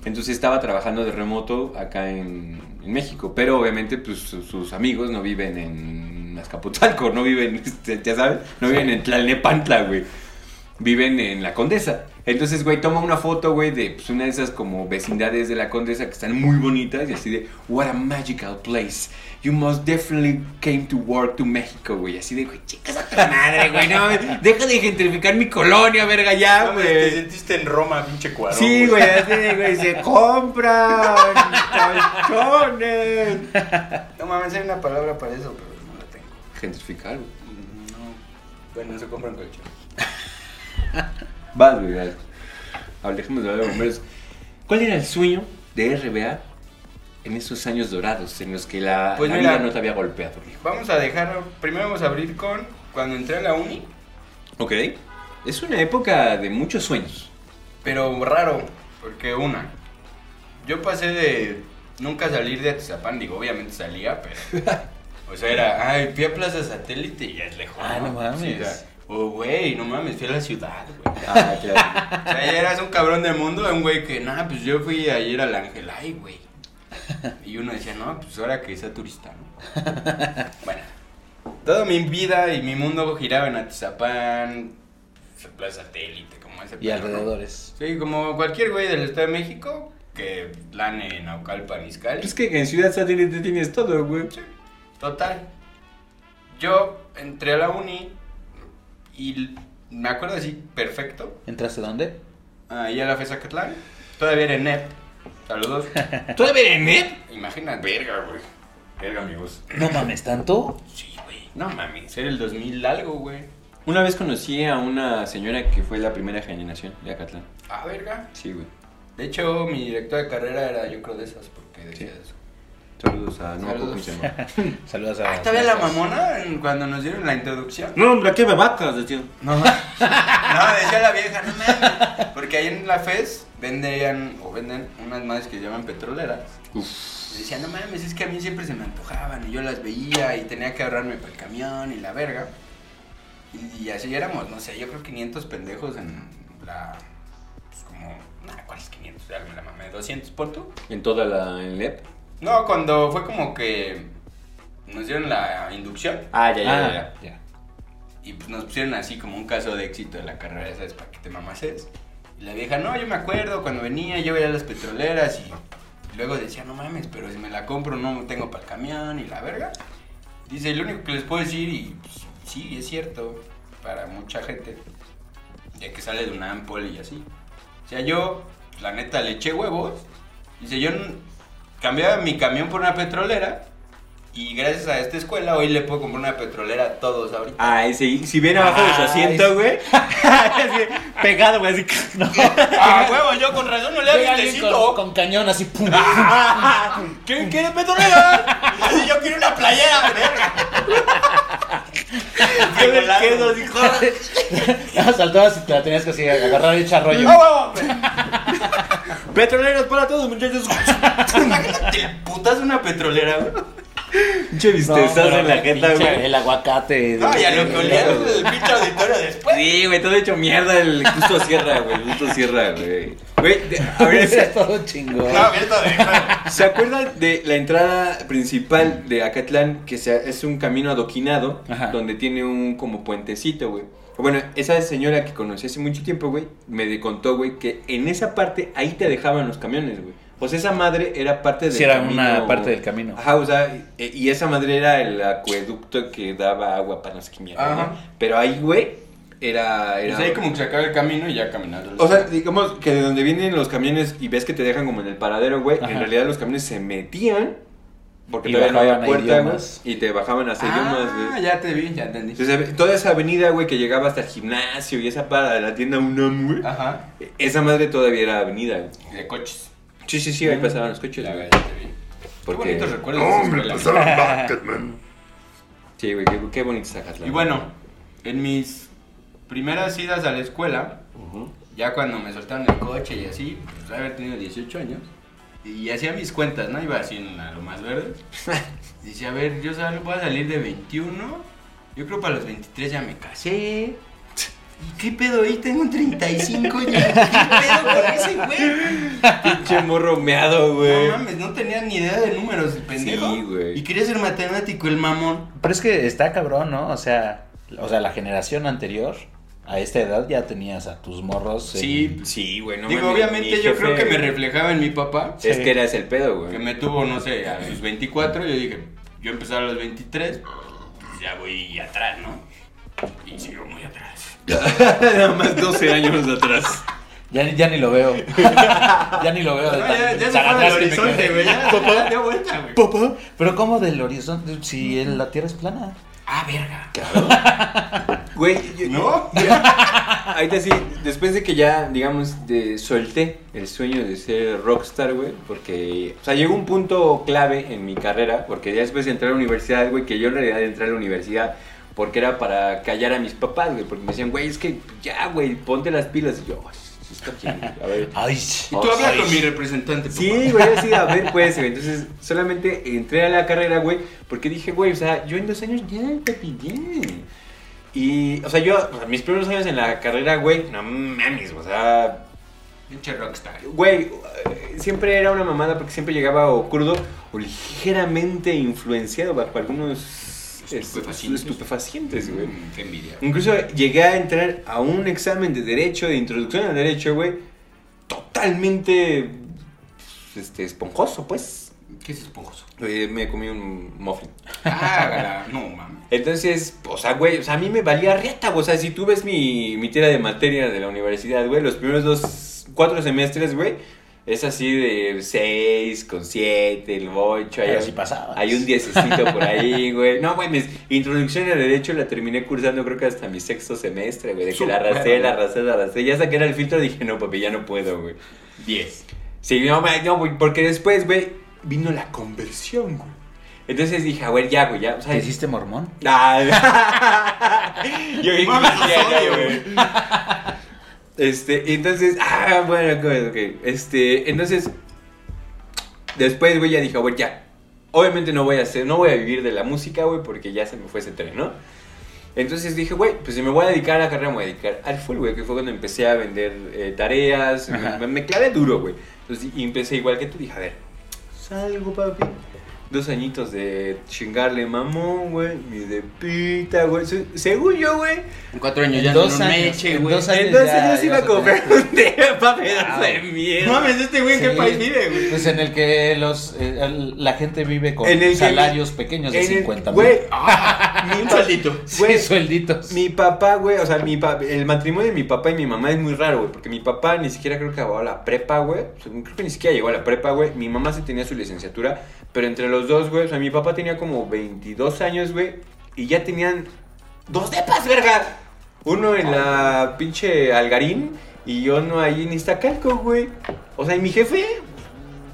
Speaker 2: Entonces estaba trabajando de remoto acá en, en México, pero obviamente pues su- sus amigos no viven en Azcapotzalco, no viven, este, ya sabes, no viven en Tlalnepantla, güey. Viven en La Condesa. Entonces, güey, toma una foto, güey, de pues, una de esas como vecindades de La Condesa que están muy bonitas y así de, what a magical place. You most definitely came to work to México, güey. Así de, güey, chicas a tu madre, güey, no, deja de gentrificar mi colonia, verga, ya,
Speaker 3: No, mames, Ah, te
Speaker 2: güey.
Speaker 3: sentiste en Roma, pinche cuadro.
Speaker 2: Sí, güey, así de, güey, se compran colchones.
Speaker 3: No mames, hay una palabra para eso, pero no la tengo.
Speaker 2: Gentrificar, güey.
Speaker 3: Mm, No. Bueno, se compran colchón.
Speaker 2: Vas, güey, vas. Hablemos de bomberos. ¿Cuál era el sueño de RBA en esos años dorados en los que la,
Speaker 3: Pues
Speaker 2: la
Speaker 3: mira.
Speaker 2: vida no te había golpeado, hijo?
Speaker 3: Vamos a dejar, primero vamos a abrir con cuando entré a la uni,
Speaker 2: Ok. Es una época de muchos sueños.
Speaker 3: pero raro, porque una, yo pasé de nunca salir de Atizapán, digo, obviamente salía, pero, o sea, era, ay, fui a Plaza Satélite y ya es lejos.
Speaker 1: Ah, no mames.
Speaker 3: Sí, o sea, oh, güey, no mames, fui a la ciudad, güey.
Speaker 2: Ah, claro.
Speaker 3: O sea, ya eras un cabrón del mundo, un güey que, nada, pues yo fui ayer al Ángel, ay, güey. Y uno decía, no, pues ahora que sea turista, ¿no? Bueno, toda mi vida y mi mundo giraba en Atizapán, Plaza Satélite, como ese.
Speaker 1: Y
Speaker 3: pedo, ¿no?
Speaker 1: alrededores.
Speaker 3: Sí, como cualquier güey del Estado de México que plane en Naucalpan, Izcalli.
Speaker 2: es que en Ciudad Satélite tienes todo, güey.
Speaker 3: Sí, Total. Yo entré a la uni y l- me acuerdo así, perfecto,
Speaker 1: ¿Entraste dónde?
Speaker 3: Ahí a la FESA Catlán. Todavía era en NEP. Saludos.
Speaker 2: ¿Todavía eres net?
Speaker 3: Imagínate. Verga, güey. Verga, amigos.
Speaker 1: No mames, ¿tanto?
Speaker 3: Sí, güey. No mames. Era el 2000 algo, güey.
Speaker 2: Una vez conocí a una señora que fue la primera generación de Acatlán.
Speaker 3: Ah, verga.
Speaker 2: Sí, güey.
Speaker 3: De hecho, mi director de carrera era yo creo de esas, porque decía eso.
Speaker 2: Saludos a... No me acuerdo cómo
Speaker 3: Saludos.
Speaker 2: se llama.
Speaker 1: Saludos a.
Speaker 3: Ah, ¿todavía la mamona en- cuando nos dieron la introducción?
Speaker 2: No, hombre, aquí me matas, tío.
Speaker 1: Ah,
Speaker 3: No, no, decía la vieja, no mames. Porque ahí en la FES vendían, o venden unas madres que se llaman petroleras.
Speaker 2: Uf.
Speaker 3: Y decía, no mames, es que a mí siempre se me antojaban y yo las veía y tenía que ahorrarme para el camión y la verga. Y, y así éramos, no sé, yo creo 500 pendejos en la... Pues como... Nah, ¿cuáles 500? Ya me la mamé. ¿200 por tú?
Speaker 2: En toda la... En E LEP.
Speaker 3: No, cuando fue como que nos dieron la inducción
Speaker 2: Ah, ya, ya,
Speaker 1: Ah,
Speaker 2: ya.
Speaker 1: ya.
Speaker 3: y pues nos pusieron así como un caso de éxito de la carrera, ya ¿sabes? Para que te mamases. Y la vieja, no, yo me acuerdo cuando venía, yo veía las petroleras y luego decía, no mames, pero si me la compro no tengo para el camión y la verga. Dice, lo único que les puedo decir, y pues, sí, es cierto, para mucha gente, ya que sale de una ampola y así. O sea, yo, la neta, le eché huevos. Dice, yo n- cambiaba mi camión por una petrolera. Y gracias a esta escuela, hoy le puedo comprar una petrolera a todos ahorita.
Speaker 2: Ah, ese, si ven abajo de su
Speaker 1: Ay.
Speaker 2: asiento, güey. así, pegado, güey, así. No.
Speaker 3: Ah, huevo, yo con razón no le
Speaker 1: Llega
Speaker 3: hago
Speaker 1: alguien
Speaker 3: tecito.
Speaker 1: con, con cañón así, pum.
Speaker 2: ¿Quién quiere petrolera?
Speaker 3: Así yo quiero una playera, verga.
Speaker 2: ¿Quién el queso, así, joder.
Speaker 1: Saltabas y te la tenías que así agarrar y echar rollo.
Speaker 3: ¡Ah,
Speaker 2: Petroleros para todos, muchachos.
Speaker 3: huevo! Imagínate el putazo de una petrolera, güey.
Speaker 2: Pinche
Speaker 1: No,
Speaker 2: vistezazo
Speaker 1: pero
Speaker 2: en la
Speaker 1: el
Speaker 2: jeta,
Speaker 1: pinche-
Speaker 2: güey.
Speaker 1: El aguacate.
Speaker 3: No,
Speaker 1: de-
Speaker 3: ya lo que olía era el pinche auditorio después.
Speaker 2: Sí, güey, todo hecho mierda el justo cierra, güey. El justo cierra, güey. Güey, de- a ver,
Speaker 1: Ese
Speaker 2: ¿se,
Speaker 1: es todo chingón.
Speaker 3: No, abierto de
Speaker 2: ¿se acuerdan de la entrada principal de Acatlán? Que se- es un camino adoquinado,
Speaker 1: Ajá.
Speaker 2: donde tiene un como puentecito, güey. Bueno, esa señora que conocí hace mucho tiempo, güey, me de- contó, güey, que en esa parte ahí te dejaban los camiones, güey. O sea, esa madre era parte del
Speaker 1: Sí, era una
Speaker 2: camino-
Speaker 1: parte del camino.
Speaker 2: Ajá, o sea, y y esa madre era el acueducto que daba agua para las quimias.
Speaker 3: Ajá.
Speaker 2: Pero ahí, güey, era. era
Speaker 3: Pues ahí como que se acaba el camino y ya caminando.
Speaker 2: O sea, digamos que de donde vienen los camiones y ves que te dejan como en el paradero, güey, en
Speaker 1: Ajá.
Speaker 2: realidad los camiones se metían porque
Speaker 1: Y
Speaker 2: todavía no
Speaker 1: bajaban
Speaker 2: había
Speaker 1: a
Speaker 2: puerta, güey,
Speaker 1: idiomas.
Speaker 2: y te bajaban hasta idiomas,
Speaker 3: ah,
Speaker 2: güey.
Speaker 3: ya te vi, ya entendí.
Speaker 2: Entonces, toda esa avenida, güey, que llegaba hasta el gimnasio y esa parada de la tienda UNAM, güey,
Speaker 1: Ah.
Speaker 3: Ajá.
Speaker 2: esa madre todavía era avenida, güey.
Speaker 3: Y De coches.
Speaker 2: Sí, sí, sí, ahí
Speaker 1: Ah,
Speaker 2: pasaban los coches,
Speaker 3: Ya,
Speaker 2: güey.
Speaker 3: ya te vi. Qué
Speaker 2: Porque- pues,
Speaker 3: bonitos recuerdos de esa
Speaker 5: Hombre,
Speaker 3: escuela.
Speaker 5: pasaron Bucketman.
Speaker 2: Sí, güey, qué, qué bonito Zacatlán.
Speaker 3: Y bueno, en mis primeras idas a la escuela,
Speaker 2: Ujú.
Speaker 3: ya cuando me soltaron el coche y así, pues haber tenido 18 años, y hacía mis cuentas, ¿no? Iba así en a lo más verde. Dice, a ver, yo sal- voy a salir de 21, yo creo para los 23 ya me casé. Y ¿qué pedo ahí? Tengo 35 años. ¿Qué pedo con ese güey?
Speaker 2: Pinche morro meado, güey.
Speaker 3: No mames, no tenía ni idea de números, el pendejo.
Speaker 2: Sí, güey.
Speaker 3: Y quería ser matemático, el mamón.
Speaker 1: Pero es que está cabrón, ¿no? O sea, o sea, la generación anterior, a esta edad ya tenías a tus morros. eh, en-
Speaker 3: Sí.
Speaker 2: Sí, güey, no
Speaker 3: Digo,
Speaker 2: mames, mi
Speaker 3: obviamente yo
Speaker 2: jefe-
Speaker 3: creo que me reflejaba en mi papá.
Speaker 2: Es que eras el pedo, güey.
Speaker 3: Que me tuvo, no sé, a los 24. Yo dije, yo empezaba a los 23. pues ya voy atrás, ¿no? Y sigo muy atrás.
Speaker 2: Nada más 12 años atrás.
Speaker 1: Ya, ni- ya ni lo veo. ya ni lo veo. de
Speaker 3: No,
Speaker 1: tan-
Speaker 3: ya, ya
Speaker 1: tan
Speaker 3: se fue al
Speaker 1: atrás que me
Speaker 3: horizonte,
Speaker 1: quedé.
Speaker 3: güey. Ya, ya dio vuelta, güey.
Speaker 1: Papá, Pero ¿cómo del horizonte si el- la Tierra es plana?
Speaker 3: Ah, verga.
Speaker 2: Güey, yo-
Speaker 3: ¿No?
Speaker 2: Ahorita sí, después de que ya, digamos, de- solté el sueño de ser rockstar, güey, porque, o sea, llegó un punto clave en mi carrera, porque ya después de entrar a la universidad, güey, que yo en realidad entré a la universidad porque era para callar a mis papás, güey, porque me decían, güey, es que ya, güey, ponte las pilas. Y yo, "Oh, "Ay, está bien, güey, a ver.
Speaker 1: Ay,
Speaker 3: Y tú hablas con mi representante, papá.
Speaker 2: Sí, güey, así, a ver, pues, güey. Entonces, solamente entré a la carrera, güey, porque dije, güey, o sea, yo en dos años ya, papi, ya. Y, o sea, yo, o sea, mis primeros años en la carrera, güey, no mames, o sea,
Speaker 3: Pinche rockstar.
Speaker 2: güey, eh, siempre era una mamada porque siempre llegaba o crudo o ligeramente influenciado bajo algunos este,
Speaker 3: Estupefacientes.
Speaker 2: estupefacientes, güey.
Speaker 3: Mm, Qué envidia.
Speaker 2: Incluso llegué a entrar a un examen de derecho, de introducción al derecho, güey, totalmente este, esponjoso, pues.
Speaker 3: ¿Qué es esponjoso?
Speaker 2: Eh, me comí un muffin.
Speaker 3: Ah, gala. no mames.
Speaker 2: Entonces, o sea, güey, o sea, a mí me valía reta, güey. O sea, si tú ves mi, mi tela de materia de la universidad, güey, los primeros dos, cuatro semestres, güey, es así de 6 con 7, el 8,
Speaker 1: Pero sí pasabas.
Speaker 2: Hay un diececito por ahí, güey. No, güey, mis introducción al derecho la terminé cursando creo que hasta mi sexto semestre, güey. De que la
Speaker 3: Súper,
Speaker 2: arrastré, la
Speaker 3: güey.
Speaker 2: arrastré, la arrastré. Ya saqué el filtro y dije, no, papi, ya no puedo, güey.
Speaker 3: 10.
Speaker 2: Sí, no, ma- no, güey, porque después, güey, vino la conversión, güey. Entonces dije, a ver, ya, güey, ya. O sea,
Speaker 1: ¿Te hiciste mormón?
Speaker 2: Ah, yo bien
Speaker 3: Mames, los
Speaker 2: cristiano,
Speaker 3: odio,
Speaker 2: güey. Este, entonces, ah, bueno, ok, ok. Este, entonces, después, güey, ya dije, güey, ya. Obviamente no voy a hacer, no voy a vivir de la música, güey, porque ya se me fue ese tren, ¿no? Entonces dije, güey, pues si me voy a dedicar a la carrera, me voy a dedicar al full, güey, que fue cuando empecé a vender eh, tareas,
Speaker 1: Ajá.
Speaker 2: me, me clavé duro, güey. Entonces, y empecé igual que tú, dije, a ver, salgo, papi. Dos añitos de chingarle mamón, güey, mi de pita, güey. Se- Según yo, güey,
Speaker 3: En cuatro años
Speaker 1: En
Speaker 3: ya
Speaker 1: dos
Speaker 3: no
Speaker 1: años,
Speaker 3: meche,
Speaker 1: en
Speaker 3: güey.
Speaker 1: dos años.
Speaker 2: entonces
Speaker 1: ya
Speaker 2: yo sí iba a
Speaker 1: ibas a
Speaker 2: comprar
Speaker 1: tener-
Speaker 2: un depa
Speaker 1: Ah,
Speaker 2: pedazo de mierda.
Speaker 3: Mames, este güey, ¿en qué
Speaker 1: Sí.
Speaker 3: país vive, güey?
Speaker 1: Pues en el que los eh, el- la gente vive con
Speaker 2: En el que-
Speaker 1: salarios pequeños de
Speaker 2: En el-
Speaker 1: 50 mil.
Speaker 2: Güey,
Speaker 3: Ah, un saldito.
Speaker 1: Sí,
Speaker 2: güey,
Speaker 1: suelditos.
Speaker 2: Mi papá, güey, o sea, mi pa- el matrimonio de mi papá y mi mamá es muy raro, güey, porque mi papá ni siquiera creo que acabó la prepa, güey. O sea, creo que ni siquiera llegó a la prepa, güey. Mi mamá sí tenía su licenciatura, pero entre los dos, güey, o sea, mi papá tenía como 22 años, güey, y ya tenían dos depas, verga. Uno en la pinche Algarín y uno ahí en Iztacalco, güey. O sea, y mi jefe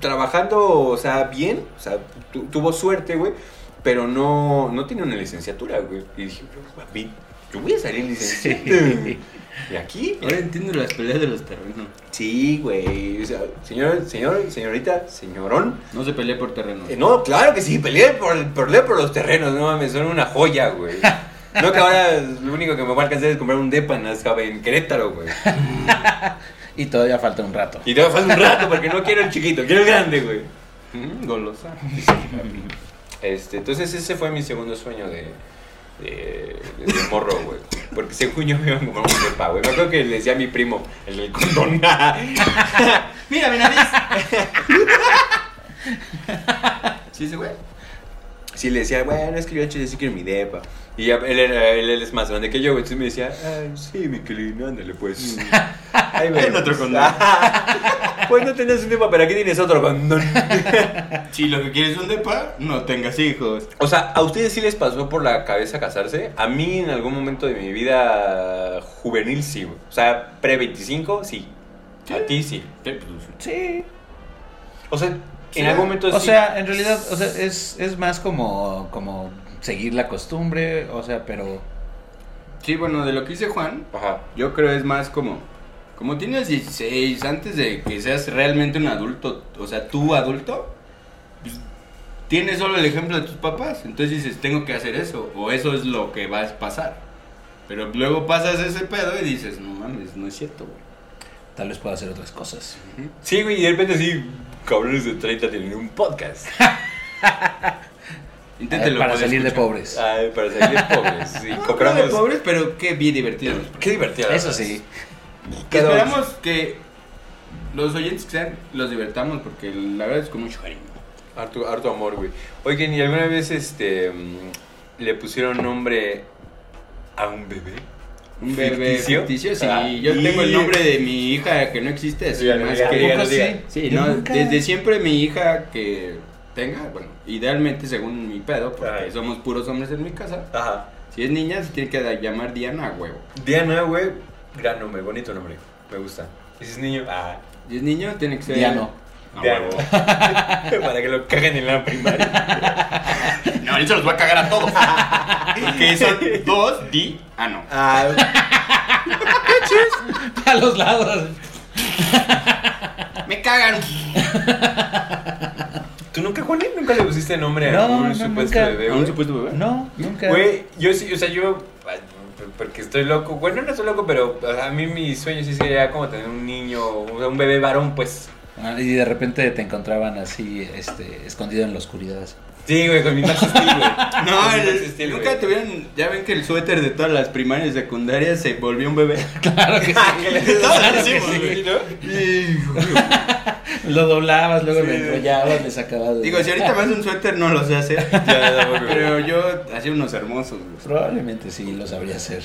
Speaker 2: trabajando, o sea, bien, o sea, tu- tuvo suerte, güey. Pero no, no tenía una licenciatura, güey. Y dije, papi, yo voy a salir licenciado. Y aquí.
Speaker 3: Ahora entiendo las peleas de los terrenos.
Speaker 2: Sí, güey. O sea, señor, señor, señorita, señorón.
Speaker 3: No se pelea por terrenos.
Speaker 2: Eh, no, claro que sí, peleé por, peleé por los terrenos, no mames, son una joya, güey. No que ahora lo único que me voy a alcanzar es comprar un depa en, Azcaba- en Querétaro, güey.
Speaker 1: Y todavía falta un rato.
Speaker 2: Y te va a faltar un rato porque no quiero el chiquito, quiero el grande, güey.
Speaker 3: Mm, Golosa.
Speaker 2: Este, entonces ese fue mi segundo sueño de, de, de morro, güey. Porque según yo me iba a comprar un depa, güey. Me acuerdo que le decía a mi primo, el del condón.
Speaker 3: Mira, mi nariz. ¿Sí ese güey?
Speaker 2: Sí, le decía, bueno, es que yo al chile sí quiero mi depa. Y ya, él, era- él, él es más grande que yo, güey. Entonces me decía, ay, sí, mi querido, ándale, pues. Ahí
Speaker 3: En
Speaker 2: vemos.
Speaker 3: otro condón.
Speaker 2: pues no tenías un depa, ¿para qué tienes otro condón?
Speaker 3: Si lo que quieres es un depa, no tengas hijos.
Speaker 2: O sea, ¿a ustedes sí les pasó por la cabeza casarse? A mí en algún momento de mi vida juvenil sí, güey. O sea, pre-25, sí. A ti sí.
Speaker 1: Sí.
Speaker 2: O sea,
Speaker 3: Sí.
Speaker 2: en algún momento
Speaker 1: O
Speaker 2: sí.
Speaker 1: sea, en realidad, o sea, es, es más como, como seguir la costumbre, o sea, pero
Speaker 3: Sí, bueno, de lo que dice Juan,
Speaker 2: Ajá.
Speaker 3: yo creo es más como. Como tienes 16, antes de que seas realmente un adulto, o sea, tú adulto, pues, tienes solo el ejemplo de tus papás. Entonces dices, tengo que hacer eso, o eso es lo que va a pasar. Pero luego pasas ese pedo y dices, no mames, no es cierto, güey.
Speaker 1: Tal vez pueda hacer otras cosas.
Speaker 2: Sí, güey, y de repente sí, cabrones de 30 tienen un podcast.
Speaker 3: Inténtelo.
Speaker 1: Eh, para
Speaker 3: puedes
Speaker 1: salir de
Speaker 3: escuchar. Ah,
Speaker 1: pobres.
Speaker 2: Ay, para salir pobres. Sí,
Speaker 3: No,
Speaker 2: compramos.
Speaker 3: no de pobres, pero qué bien divertido.
Speaker 2: Qué divertido.
Speaker 1: Eso sí.
Speaker 3: Que
Speaker 2: Cada-
Speaker 3: esperamos que los oyentes que sean los divertamos porque la verdad es con mucho cariño.
Speaker 2: Harto, harto amor, güey. Oigan, ¿y alguna vez este mm, le pusieron nombre a un bebé?
Speaker 3: Un bebé
Speaker 2: ¿Ficticio?
Speaker 3: ficticio, sí.
Speaker 2: Ah,
Speaker 3: yo
Speaker 2: y-
Speaker 3: tengo el nombre de mi hija que no existe, así
Speaker 2: Dígalo,
Speaker 3: más
Speaker 2: dígalo,
Speaker 3: que
Speaker 2: dígalo,
Speaker 3: sí.
Speaker 2: dígalo.
Speaker 3: Sí,
Speaker 1: Yo
Speaker 3: no,
Speaker 1: nunca-
Speaker 3: desde siempre mi hija que tenga, bueno, idealmente según mi pedo, porque
Speaker 2: Ay.
Speaker 3: somos puros hombres en mi casa.
Speaker 2: Ajá.
Speaker 3: Si es niña se tiene que da- llamar Diana a huevo.
Speaker 2: Diana, güey. Gran nombre, bonito nombre. Me gusta. ¿Y si es niño? Ah,
Speaker 3: Si es niño tiene que ser
Speaker 1: Diano.
Speaker 3: A
Speaker 2: Diana.
Speaker 3: huevo.
Speaker 2: Para que lo caguen en la primaria.
Speaker 3: No, él se los va a cagar a todos. que son dos di. Ah, no.
Speaker 2: Ah,
Speaker 1: A los lados.
Speaker 3: Me cagan.
Speaker 2: ¿Tú nunca, Juan, nunca le pusiste nombre a
Speaker 1: No,
Speaker 2: un
Speaker 1: no,
Speaker 2: supuesto
Speaker 1: nunca.
Speaker 2: bebé?
Speaker 3: ¿A un
Speaker 2: güey?
Speaker 3: supuesto bebé?
Speaker 1: No, nunca.
Speaker 2: Güey, yo sí, o sea, yo. ay, Porque estoy loco. Bueno, no estoy loco, pero a mí mi sueño sí sería como tener un niño, o sea, un bebé varón, pues.
Speaker 1: Ah, Y de repente te encontraban así, este, escondido en la oscuridad. así.
Speaker 2: Sí, güey, con mi Max Steel, güey.
Speaker 3: No,
Speaker 2: Con mi
Speaker 3: el-
Speaker 2: Max Steel,
Speaker 3: nunca
Speaker 2: güey.
Speaker 3: tuvieron. Ya ven que el suéter de todas las primarias y secundarias se volvió un bebé.
Speaker 1: Claro que
Speaker 2: Ah, que le-
Speaker 1: sí.
Speaker 2: claro que
Speaker 3: sí,
Speaker 2: sí, ¿no?
Speaker 1: Lo doblabas, luego
Speaker 2: Sí.
Speaker 1: lo enrollabas, le sacabas. de-
Speaker 3: Digo, si ahorita me hace un suéter, no lo sé hacer. Pero yo hacía unos hermosos. güey.
Speaker 1: Probablemente sí lo sabría hacer.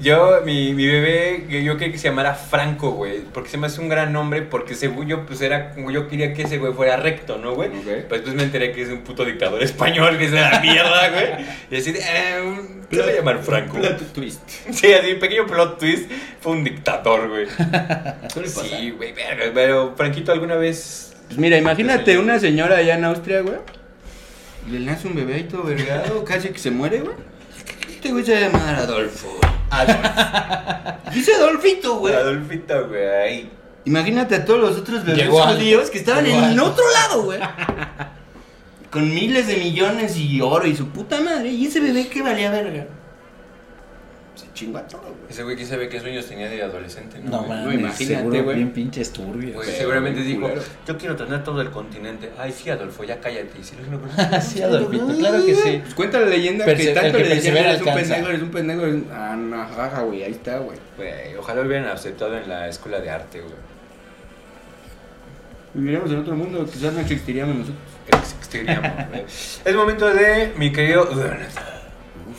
Speaker 2: Yo, mi, mi bebé, que yo quería que se llamara Franco, güey. Porque se me hace un gran nombre, porque según yo, pues era como yo quería que ese güey fuera recto, ¿no, güey?
Speaker 3: Ok.
Speaker 2: Pues después me enteré que es un puto dictador español, que es de la mierda, güey. Y así, de, eh, un- se va a llamar Franco.
Speaker 3: Plot twist.
Speaker 2: Sí, así, un pequeño plot twist. Fue un dictador, güey.
Speaker 3: Suele pasar.
Speaker 2: Sí, güey, verga, pero Franquito alguna vez.
Speaker 3: Pues mira, imagínate una señora allá en Austria, güey. Le nace un bebé ahí todo vergado, casi que se muere, güey. Este güey se va a llamar Adolfo. Dice Adolfito, güey.
Speaker 2: Adolfito, güey. ay.
Speaker 3: Imagínate a todos los otros bebés
Speaker 1: Llegó al-
Speaker 3: judíos que estaban
Speaker 1: llegó
Speaker 3: en
Speaker 1: al-
Speaker 3: otro lado, güey. Con miles de millones y oro y su puta madre. Y ese bebé que valía verga. Se chingó a todo, güey.
Speaker 2: Ese güey, ¿quién sabe qué sueños tenía de adolescente?
Speaker 1: No
Speaker 2: güey?
Speaker 1: mames,
Speaker 3: imagínate,
Speaker 1: seguro
Speaker 3: güey.
Speaker 1: bien pinches turbios.
Speaker 2: Güey,
Speaker 3: Pero,
Speaker 2: Pues seguramente
Speaker 3: güey,
Speaker 2: dijo,
Speaker 3: culero.
Speaker 2: yo quiero tener todo el continente. Ay, sí, Adolfo, ya cállate. Y si no, no, no.
Speaker 1: Así, Adolfito, claro que sí.
Speaker 3: Pues cuenta la leyenda
Speaker 1: Perse-
Speaker 3: que
Speaker 1: el que
Speaker 3: tanto le decían,
Speaker 1: persevera
Speaker 3: eres un
Speaker 1: alcanza".
Speaker 3: pendejo, eres un pendejo, eres un... Ah, no, jaja, güey, ahí está, güey.
Speaker 2: Güey, ojalá lo hubieran aceptado en la escuela de arte, güey.
Speaker 3: Viviríamos en otro mundo, quizás no existiríamos nosotros.
Speaker 2: Existiríamos, güey. Es momento de mi querido...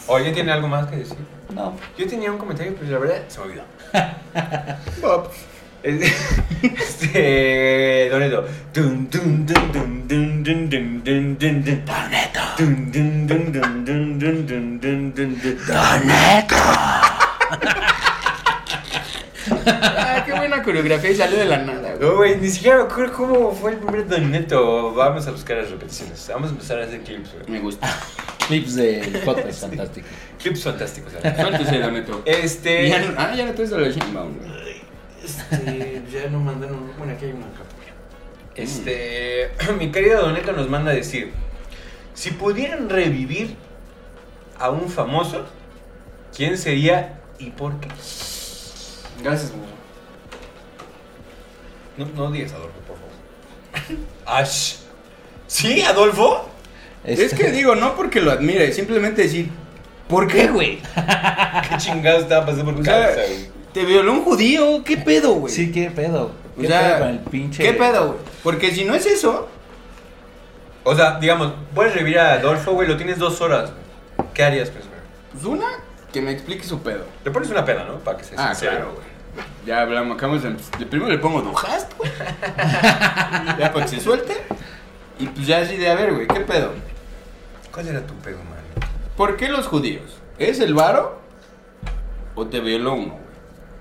Speaker 2: Oye, ¿tiene algo más que decir?
Speaker 1: No,
Speaker 2: Yo tenía un comentario, pero la verdad se me olvidó. Este. Doneto. Doneto.
Speaker 3: Ah, qué buena coreografía y salió de la nada, güey.
Speaker 2: No, güey, ni siquiera me acuerdo cómo fue el primer Doneto. Vamos a buscar las repeticiones. Vamos a empezar a hacer clips, güey.
Speaker 3: Me gusta.
Speaker 1: clips del podcast fantástico.
Speaker 2: Clips fantásticos, la verdad.
Speaker 3: Suéltese, Doneto.
Speaker 1: Eh.
Speaker 2: Este.
Speaker 3: Ya no- Ah, ya no traes a la Sheinbaum, güey.
Speaker 2: Este, ya no mandaron. Bueno, aquí hay una captura. Este, mi querida Doneta nos manda a decir: Si pudieran revivir a un famoso, ¿quién sería y por qué?
Speaker 3: Gracias, güey.
Speaker 2: No, no digas Adolfo, por favor. Ash. ¿Sí, Adolfo?
Speaker 3: Es
Speaker 1: Este,
Speaker 3: que digo, no porque lo admire, simplemente decir, ¿por qué, güey?
Speaker 2: ¿Qué chingados estaba pasando por
Speaker 3: O
Speaker 2: mi
Speaker 3: sea,
Speaker 2: cabeza, güey?
Speaker 3: te violó un judío, ¿qué pedo, güey?
Speaker 1: Sí, qué pedo.
Speaker 3: O
Speaker 1: ¿Qué
Speaker 3: sea,
Speaker 1: pedo con el pinche.
Speaker 3: ¿Qué pedo, güey? Porque si no es eso,
Speaker 2: O sea, digamos, puedes revivir a Adolfo, güey, lo tienes dos horas. güey. ¿Qué harías, pues, güey?
Speaker 3: pues una, que me explique su pedo.
Speaker 2: Le pones una pena, ¿no? Para que se
Speaker 3: Ah,
Speaker 2: sincero.
Speaker 3: claro, güey. Ya hablamos, acabamos de de- Primero le pongo Dujast, güey. ya para que se suelte. Y pues ya así de, a ver, güey, ¿qué pedo?
Speaker 2: ¿Cuál era tu pego, man?
Speaker 3: ¿Por qué los judíos? ¿Es el varo o te violó uno, güey?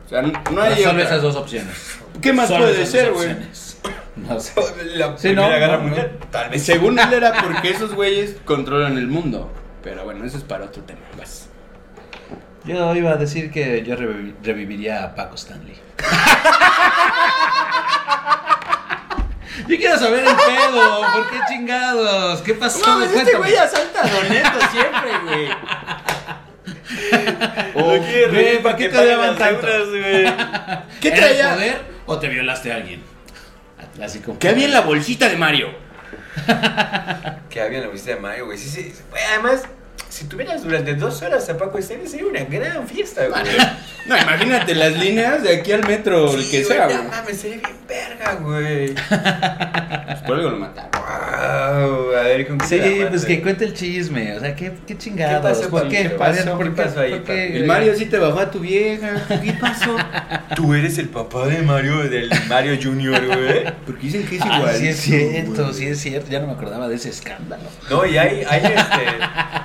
Speaker 3: O sea, no, no hay
Speaker 1: Solo
Speaker 3: otra.
Speaker 1: esas dos opciones.
Speaker 3: ¿Qué más
Speaker 1: Solo
Speaker 3: puede
Speaker 1: esas
Speaker 3: ser,
Speaker 1: dos
Speaker 3: güey?
Speaker 1: opciones. No sé.
Speaker 2: La
Speaker 1: Sí,
Speaker 2: Primera
Speaker 1: no,
Speaker 2: Guerra
Speaker 1: no,
Speaker 2: Mundial, tal vez.
Speaker 3: Según él era porque esos güeyes controlan el mundo. Pero bueno, eso es para otro tema. Vas.
Speaker 1: Yo iba a decir que yo revivi- reviviría a Paco Stanley. Yo quiero saber el pedo, ¿por qué chingados? ¿Qué pasó?
Speaker 3: No, este
Speaker 1: Cuéntame.
Speaker 3: güey asalta a Doneto siempre, güey.
Speaker 6: O,
Speaker 1: Güey, ¿para qué te daban tanto?
Speaker 6: ¿Qué
Speaker 1: ¿Era el
Speaker 3: ¿eh?
Speaker 6: traía?
Speaker 1: poder o te violaste a alguien? Así como.
Speaker 3: Que había en la bolsita de Mario.
Speaker 2: Que había en la visita de Mario, güey. Sí, sí. Güey, además, si tuvieras durante dos horas a Paco Esteves, sería una gran fiesta, güey.
Speaker 3: No, imagínate las líneas de aquí al metro, el que
Speaker 2: Sí,
Speaker 3: sea,
Speaker 2: güey,
Speaker 3: güey.
Speaker 2: no mames, sería bien verga, güey.
Speaker 3: Pues por algo lo mataron.
Speaker 2: Wow, a ver con qué
Speaker 1: Sí,
Speaker 2: te la
Speaker 1: pues
Speaker 2: matas.
Speaker 1: que cuente el chisme. O sea, qué, qué chingados.
Speaker 2: pasó,
Speaker 1: ¿Por
Speaker 2: Paco?
Speaker 1: qué?
Speaker 2: ¿Qué
Speaker 1: ¿Por
Speaker 2: pasó?
Speaker 1: qué?
Speaker 2: ¿Qué
Speaker 1: ¿Por
Speaker 2: pasó ahí,
Speaker 1: por
Speaker 2: Paco?
Speaker 1: qué?
Speaker 3: El Mario sí te bajó a tu vieja. ¿Qué pasó?
Speaker 2: Tú eres el papá de Mario, del Mario Junior, güey.
Speaker 3: Porque dicen que es
Speaker 1: Ah,
Speaker 3: igual.
Speaker 1: sí es cierto, sí es cierto. Ya no me acordaba de ese escándalo.
Speaker 2: No, y hay, hay, este,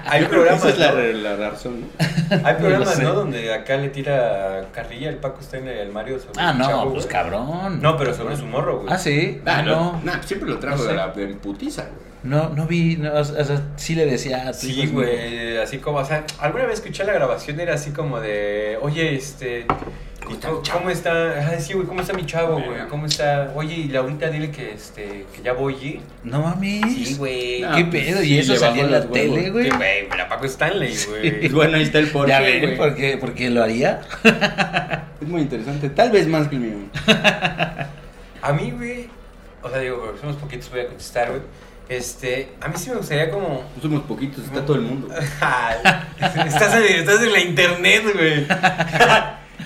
Speaker 2: hay programas,
Speaker 3: Esa es la,
Speaker 2: ¿no?
Speaker 3: re- la razón, ¿no?
Speaker 2: Hay
Speaker 1: No lo
Speaker 2: programas,
Speaker 1: sé.
Speaker 2: ¿no? Donde acá le tira carrilla el Paco Steiner y el Mario sobre
Speaker 1: Ah,
Speaker 2: un
Speaker 1: no,
Speaker 2: chavo,
Speaker 1: pues
Speaker 2: güey.
Speaker 1: cabrón.
Speaker 2: No, pero sobre su morro, güey.
Speaker 1: Ah, sí.
Speaker 3: Ah, no.
Speaker 1: no.
Speaker 3: Nah, siempre lo trajo
Speaker 1: No sé.
Speaker 3: de la de putiza, güey.
Speaker 1: No, no vi. no, o sea, sí le decía a tu hijo,
Speaker 2: Sí,
Speaker 1: es
Speaker 2: güey, así como, o sea, alguna vez escuché la grabación, era así como de, oye, este,
Speaker 3: ¿Cómo está
Speaker 2: ¿cómo
Speaker 3: mi chavo?
Speaker 2: está? ¿cómo está? Ajá, sí, güey, ¿cómo está mi chavo, güey? ¿Cómo está? Oye, y Laurita, dile que, este, que ya voy, ¿eh?
Speaker 1: No mami.
Speaker 2: güey.
Speaker 1: ¿Qué pedo? ¿Y eso salía en la tele, güey?
Speaker 2: Sí, güey, me la Paco Stanley, güey.
Speaker 3: Y bueno, ahí está el porqué,
Speaker 1: Ya ven,
Speaker 3: güey.
Speaker 1: ¿por qué, por qué lo haría?
Speaker 6: Es muy interesante. Tal vez más que el mío.
Speaker 2: A mí, güey, o sea, digo, porque somos poquitos, voy a contestar, güey. Este, a mí sí me gustaría como...
Speaker 3: Pues
Speaker 6: No somos poquitos, está todo el mundo.
Speaker 2: estás, en, estás en la internet, güey.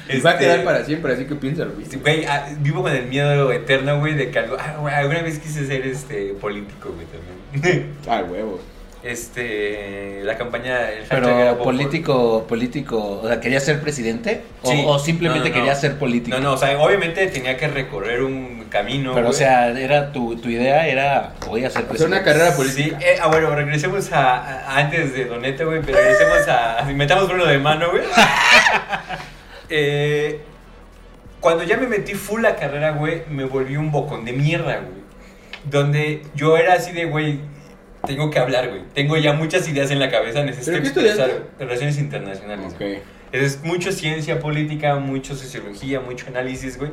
Speaker 3: Y va a quedar
Speaker 2: Este,
Speaker 3: para siempre, así que piénsalo, güey.
Speaker 2: Este, Güey, ah, vivo con el miedo eterno, güey, de que algo. Ah, güey, alguna vez quise ser este político, güey, también.
Speaker 6: Ah, huevo.
Speaker 2: Este. La campaña. El hashtag era
Speaker 1: Pero
Speaker 2: vote
Speaker 1: político, político, o sea, ¿quería ser presidente? ¿O,
Speaker 2: Sí.
Speaker 1: o simplemente
Speaker 2: No, no, no.
Speaker 1: quería ser
Speaker 2: por-
Speaker 1: político?
Speaker 2: No, no, o sea, obviamente tenía que recorrer un camino.
Speaker 1: Pero, o
Speaker 2: güey.
Speaker 1: sea, era tu, tu idea era, voy a ser
Speaker 3: Hacer
Speaker 1: presidente.
Speaker 3: una carrera
Speaker 2: Sí,
Speaker 3: política.
Speaker 2: eh, ah, bueno, regresemos a, a- Antes de Donete, güey, pero regresemos a. si Metamos uno de mano, güey. Eh, cuando ya me metí full la carrera, güey, me volví un bocón de mierda, güey. Donde yo era así de, güey, tengo que hablar, güey. Tengo ya muchas ideas en la cabeza, necesito
Speaker 3: ¿Pero qué estudiaste?
Speaker 2: relaciones internacionales. güey.
Speaker 3: Ok.
Speaker 2: Es mucho ciencia política, mucho sociología, mucho análisis, güey.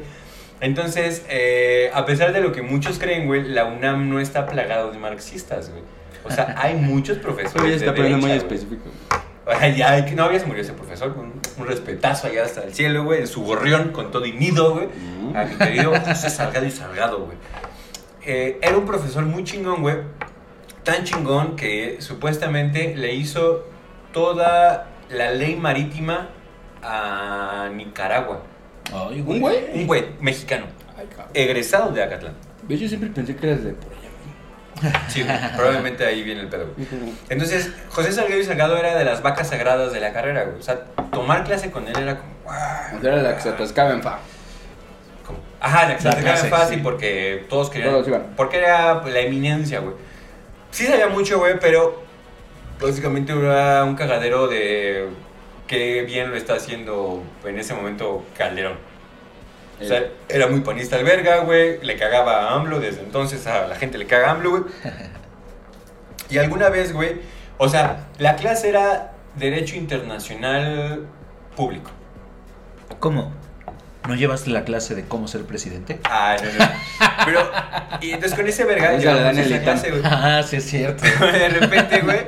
Speaker 2: Entonces, eh, a pesar de lo que muchos creen, güey, la UNAM no está plagado de marxistas, güey. O sea, hay muchos
Speaker 6: Eso ya
Speaker 2: profesores.
Speaker 6: está
Speaker 2: de
Speaker 6: poniendo muy
Speaker 2: derecha, güey.
Speaker 6: específico.
Speaker 2: Ay, ya, que- no, ya se murió ese profesor, con un, un respetazo allá hasta el cielo, güey, en su gorrión con todo y nido, güey,
Speaker 6: Mm.
Speaker 2: a mi querido José Salgado y Salgado, güey. Eh, era un profesor muy chingón, güey, tan chingón que supuestamente le hizo toda la ley marítima a Nicaragua.
Speaker 1: Ay,
Speaker 6: ¿Un güey?
Speaker 2: Un güey mexicano,
Speaker 3: Ay, cabrón.
Speaker 2: egresado de Acatlán.
Speaker 6: Ve, Yo siempre pensé que eras de por allá.
Speaker 2: Sí, güey, probablemente ahí viene el pedo, güey. Entonces, José Salgado y Salgado era de las vacas sagradas de la carrera, güey. O sea, tomar clase con él era como, "Guau,
Speaker 3: Era la que se atascaba en fa.
Speaker 2: Como- Ajá, la que se
Speaker 1: La
Speaker 2: la sacaban
Speaker 1: clase,
Speaker 2: fácil
Speaker 1: sí.
Speaker 2: porque todos querían.
Speaker 3: Todos iban.
Speaker 2: Porque era la eminencia, güey. Sí sabía mucho, güey, pero básicamente era un cagadero de qué bien lo está haciendo en ese momento Calderón. O sea,
Speaker 3: El-
Speaker 2: era muy panista al verga, güey. Le cagaba a AMLO. Desde entonces a la gente le caga a AMLO, güey. Y alguna vez, güey. O sea, la clase era Derecho Internacional Público.
Speaker 1: ¿Cómo? ¿No llevaste la clase de cómo ser presidente?
Speaker 2: Ah, no, no. Pero, y entonces con ese verga,
Speaker 6: Esa la dan
Speaker 2: llevamos
Speaker 6: en
Speaker 2: esa
Speaker 6: el
Speaker 2: clase, güey.
Speaker 1: Ah, sí es cierto.
Speaker 2: De repente, güey,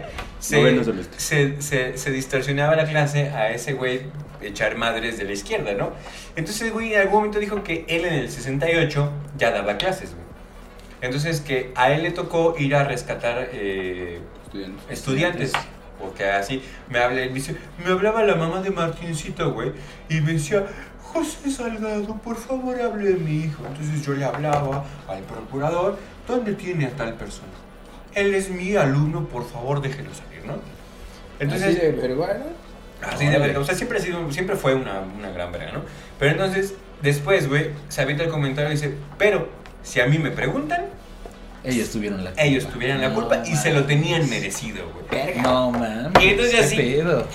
Speaker 6: Noveno
Speaker 2: se,
Speaker 6: semestre.
Speaker 2: se, se, se distorsionaba la clase a ese güey echar madres de la izquierda, ¿no? Entonces, güey, en algún momento dijo que él en el 68 ya daba clases, güey. Entonces, que a él le tocó ir a rescatar eh,
Speaker 3: Estudiantes.
Speaker 2: estudiantes. Porque así me habla, me dice, me hablaba la mamá de Martincito, güey, y me decía, José Salgado, por favor hable de mi hijo. Entonces yo le hablaba al procurador, ¿dónde tiene a tal persona? Él es mi alumno, por favor déjelo salir, ¿no? Entonces,
Speaker 3: Así de vergüenza.
Speaker 2: Así de verga. O sea, siempre, ha sido, siempre fue una, una gran verga, ¿no? Pero entonces, después, güey, se avienta el comentario y dice, pero si a mí me preguntan,
Speaker 1: Ellos tuvieron la culpa.
Speaker 2: ellos tuvieran la
Speaker 1: No
Speaker 2: culpa y se lo
Speaker 1: mames.
Speaker 2: tenían merecido, güey.
Speaker 1: No mames.
Speaker 2: Y entonces
Speaker 1: qué
Speaker 2: así-
Speaker 1: pedo.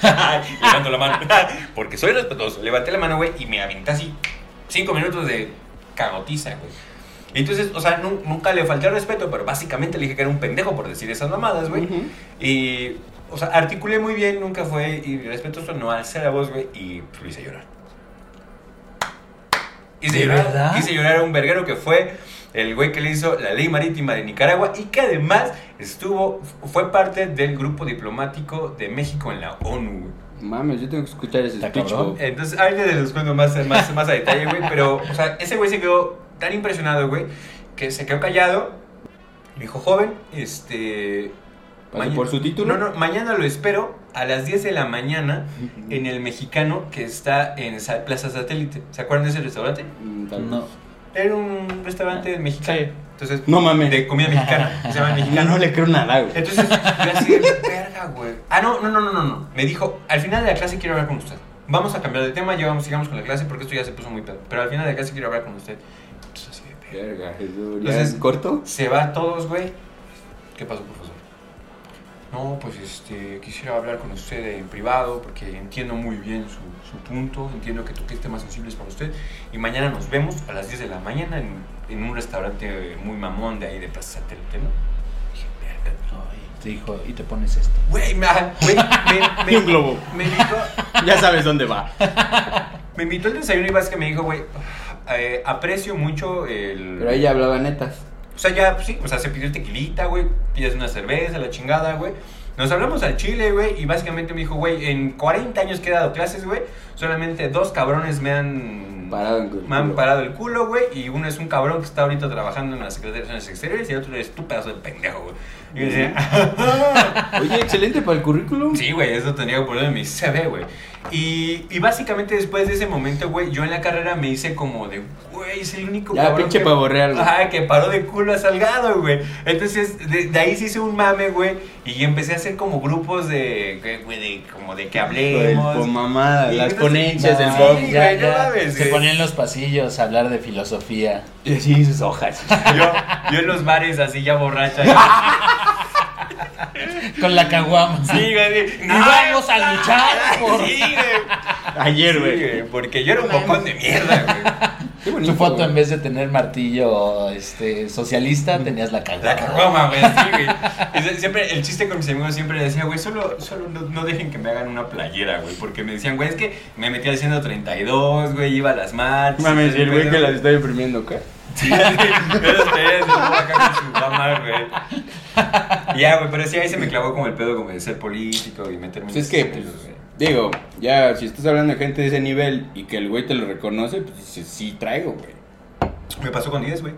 Speaker 2: Levanto la mano. Porque soy respetuoso. Levanté la mano, güey, y me aventé así. Cinco minutos de cagotiza, güey. Y entonces, o sea, nu- nunca le falté al respeto, pero básicamente le dije que era un pendejo por decir esas mamadas, pues, güey.
Speaker 6: Ujú.
Speaker 2: Y, o sea, articulé muy bien, nunca fue irrespetuoso, no alcé la voz, güey, y lo hice llorar. Quise
Speaker 1: ¿De
Speaker 2: llorar,
Speaker 1: verdad?
Speaker 2: quise llorar a un verguero que fue el güey que le hizo la ley marítima de Nicaragua y que además estuvo, fue parte del grupo diplomático de México en la ONU. güey.
Speaker 3: Mames, yo tengo que escuchar ese
Speaker 1: Está
Speaker 3: speech,
Speaker 1: cabrón.
Speaker 3: güey.
Speaker 2: Entonces, ahorita les los cuento más, más, más a detalle, güey. Pero, o sea, ese güey se quedó tan impresionado, güey, que se quedó callado. Me dijo, joven, este.
Speaker 3: ¿Pasó
Speaker 2: maña-
Speaker 3: por su título?
Speaker 2: No, no, mañana lo espero a las 10 de la mañana en el mexicano que está en Sa- Plaza Satélite. ¿Se acuerdan de ese restaurante?
Speaker 3: Mm, tal vez.
Speaker 1: No.
Speaker 2: Era un restaurante mexicano.
Speaker 3: Ah, Sí.
Speaker 2: Entonces,
Speaker 3: No mames.
Speaker 2: De comida mexicana. Se llama
Speaker 3: Ya
Speaker 2: mexicano.
Speaker 3: no le creo nada, güey.
Speaker 2: Entonces, yo así de verga, güey. Ah, no, no, no, no, no, no. Me dijo, al final de la clase quiero hablar con usted. Vamos a cambiar de tema, ya vamos, sigamos con la clase porque esto ya se puso muy pedo. Pero al final de la clase quiero hablar con usted. Entonces, así de verga.
Speaker 3: Verga, Jesús. ¿Ya
Speaker 2: Entonces-
Speaker 3: es corto?
Speaker 2: Se va a todos, güey. ¿Qué pasó, profesor? No, pues este, quisiera hablar con usted en privado porque entiendo muy bien su, su punto, entiendo que toqué temas sensibles para usted y mañana nos vemos a las 10 de la mañana en, en un restaurante muy mamón de ahí de Plaza Satélite, ¿no? Dije, verga,
Speaker 1: Ay, te dijo, y te pones esto.
Speaker 2: Güey, me, ajá, güey, me, me-
Speaker 3: Y un globo.
Speaker 2: Me invitó,
Speaker 3: Ya sabes dónde va.
Speaker 2: me invitó al desayuno y básicamente me dijo, güey, eh, aprecio mucho el...
Speaker 3: Pero ahí ya hablaba netas.
Speaker 2: O sea, ya, pues, sí, o sea, se pidió tequilita, güey, pides una cerveza, la chingada, güey. Nos hablamos al chile, güey, y básicamente me dijo, güey, en 40 años que he dado clases, güey, solamente dos cabrones me han...
Speaker 3: Parado en el
Speaker 2: Me han
Speaker 3: culo.
Speaker 2: parado el culo, güey, y uno es un cabrón que está ahorita trabajando en la Secretaría de Relaciones Exteriores y el otro es tu pedazo de pendejo, güey. Y yo decía,
Speaker 3: Oye, excelente para el currículum.
Speaker 2: Sí, güey, eso tenía que poner en mi CV, güey. Y, y básicamente después de ese momento, güey, yo en la carrera me hice como de, güey, es el único
Speaker 3: Ya, pinche
Speaker 2: que,
Speaker 3: pavo real, güey.
Speaker 2: Ajá, que paró de culo a Salgado, güey. Entonces, de, de ahí se hizo un mame, güey, y empecé a hacer como grupos de, que- güey, de- como de que
Speaker 3: El
Speaker 2: hablemos.
Speaker 3: po- mamada,
Speaker 2: Y
Speaker 3: las
Speaker 2: entonces-
Speaker 3: ponencias del
Speaker 2: Sí,
Speaker 3: Bob.
Speaker 2: güey,
Speaker 1: Ya,
Speaker 2: no
Speaker 1: ya.
Speaker 2: mames,
Speaker 1: Se
Speaker 2: güey.
Speaker 1: ponían en los pasillos a hablar de filosofía.
Speaker 3: Y así sus hojas.
Speaker 2: Yo, yo en los bares así ya borracha.
Speaker 1: Con la caguama.
Speaker 2: sí, güey.
Speaker 1: Y vamos a luchar por
Speaker 2: Sí, güey.
Speaker 3: Ayer,
Speaker 2: Sí,
Speaker 3: güey.
Speaker 2: güey, porque yo era un bocón de mierda, güey.
Speaker 3: Qué bonito,
Speaker 1: tu foto.
Speaker 3: güey.
Speaker 1: En vez de tener martillo este, socialista, tenías la
Speaker 2: La
Speaker 1: caguama.
Speaker 2: caguama, güey, sí, güey. Y se- Siempre, el chiste con mis amigos siempre les decía, güey, solo, solo no, no dejen que me hagan una playera, güey. Porque me decían, güey, es que me metí al 132, güey, iba a las marchas.
Speaker 3: Mames, y el güey que las
Speaker 2: las...
Speaker 3: está imprimiendo, ¿qué?
Speaker 2: Sí, sí, yo los traía de nuevo acá con su gama, güey. Ya, güey, pero sí, ahí se me clavó como el pedo como de ser político y meterme
Speaker 3: Pues
Speaker 2: en
Speaker 3: es que,
Speaker 2: esos
Speaker 3: pues,
Speaker 2: pedos, güey.
Speaker 3: digo, ya, si estás hablando de gente de ese nivel y que el güey te lo reconoce, pues dices, sí traigo, güey.
Speaker 2: Me pasó con 10, güey.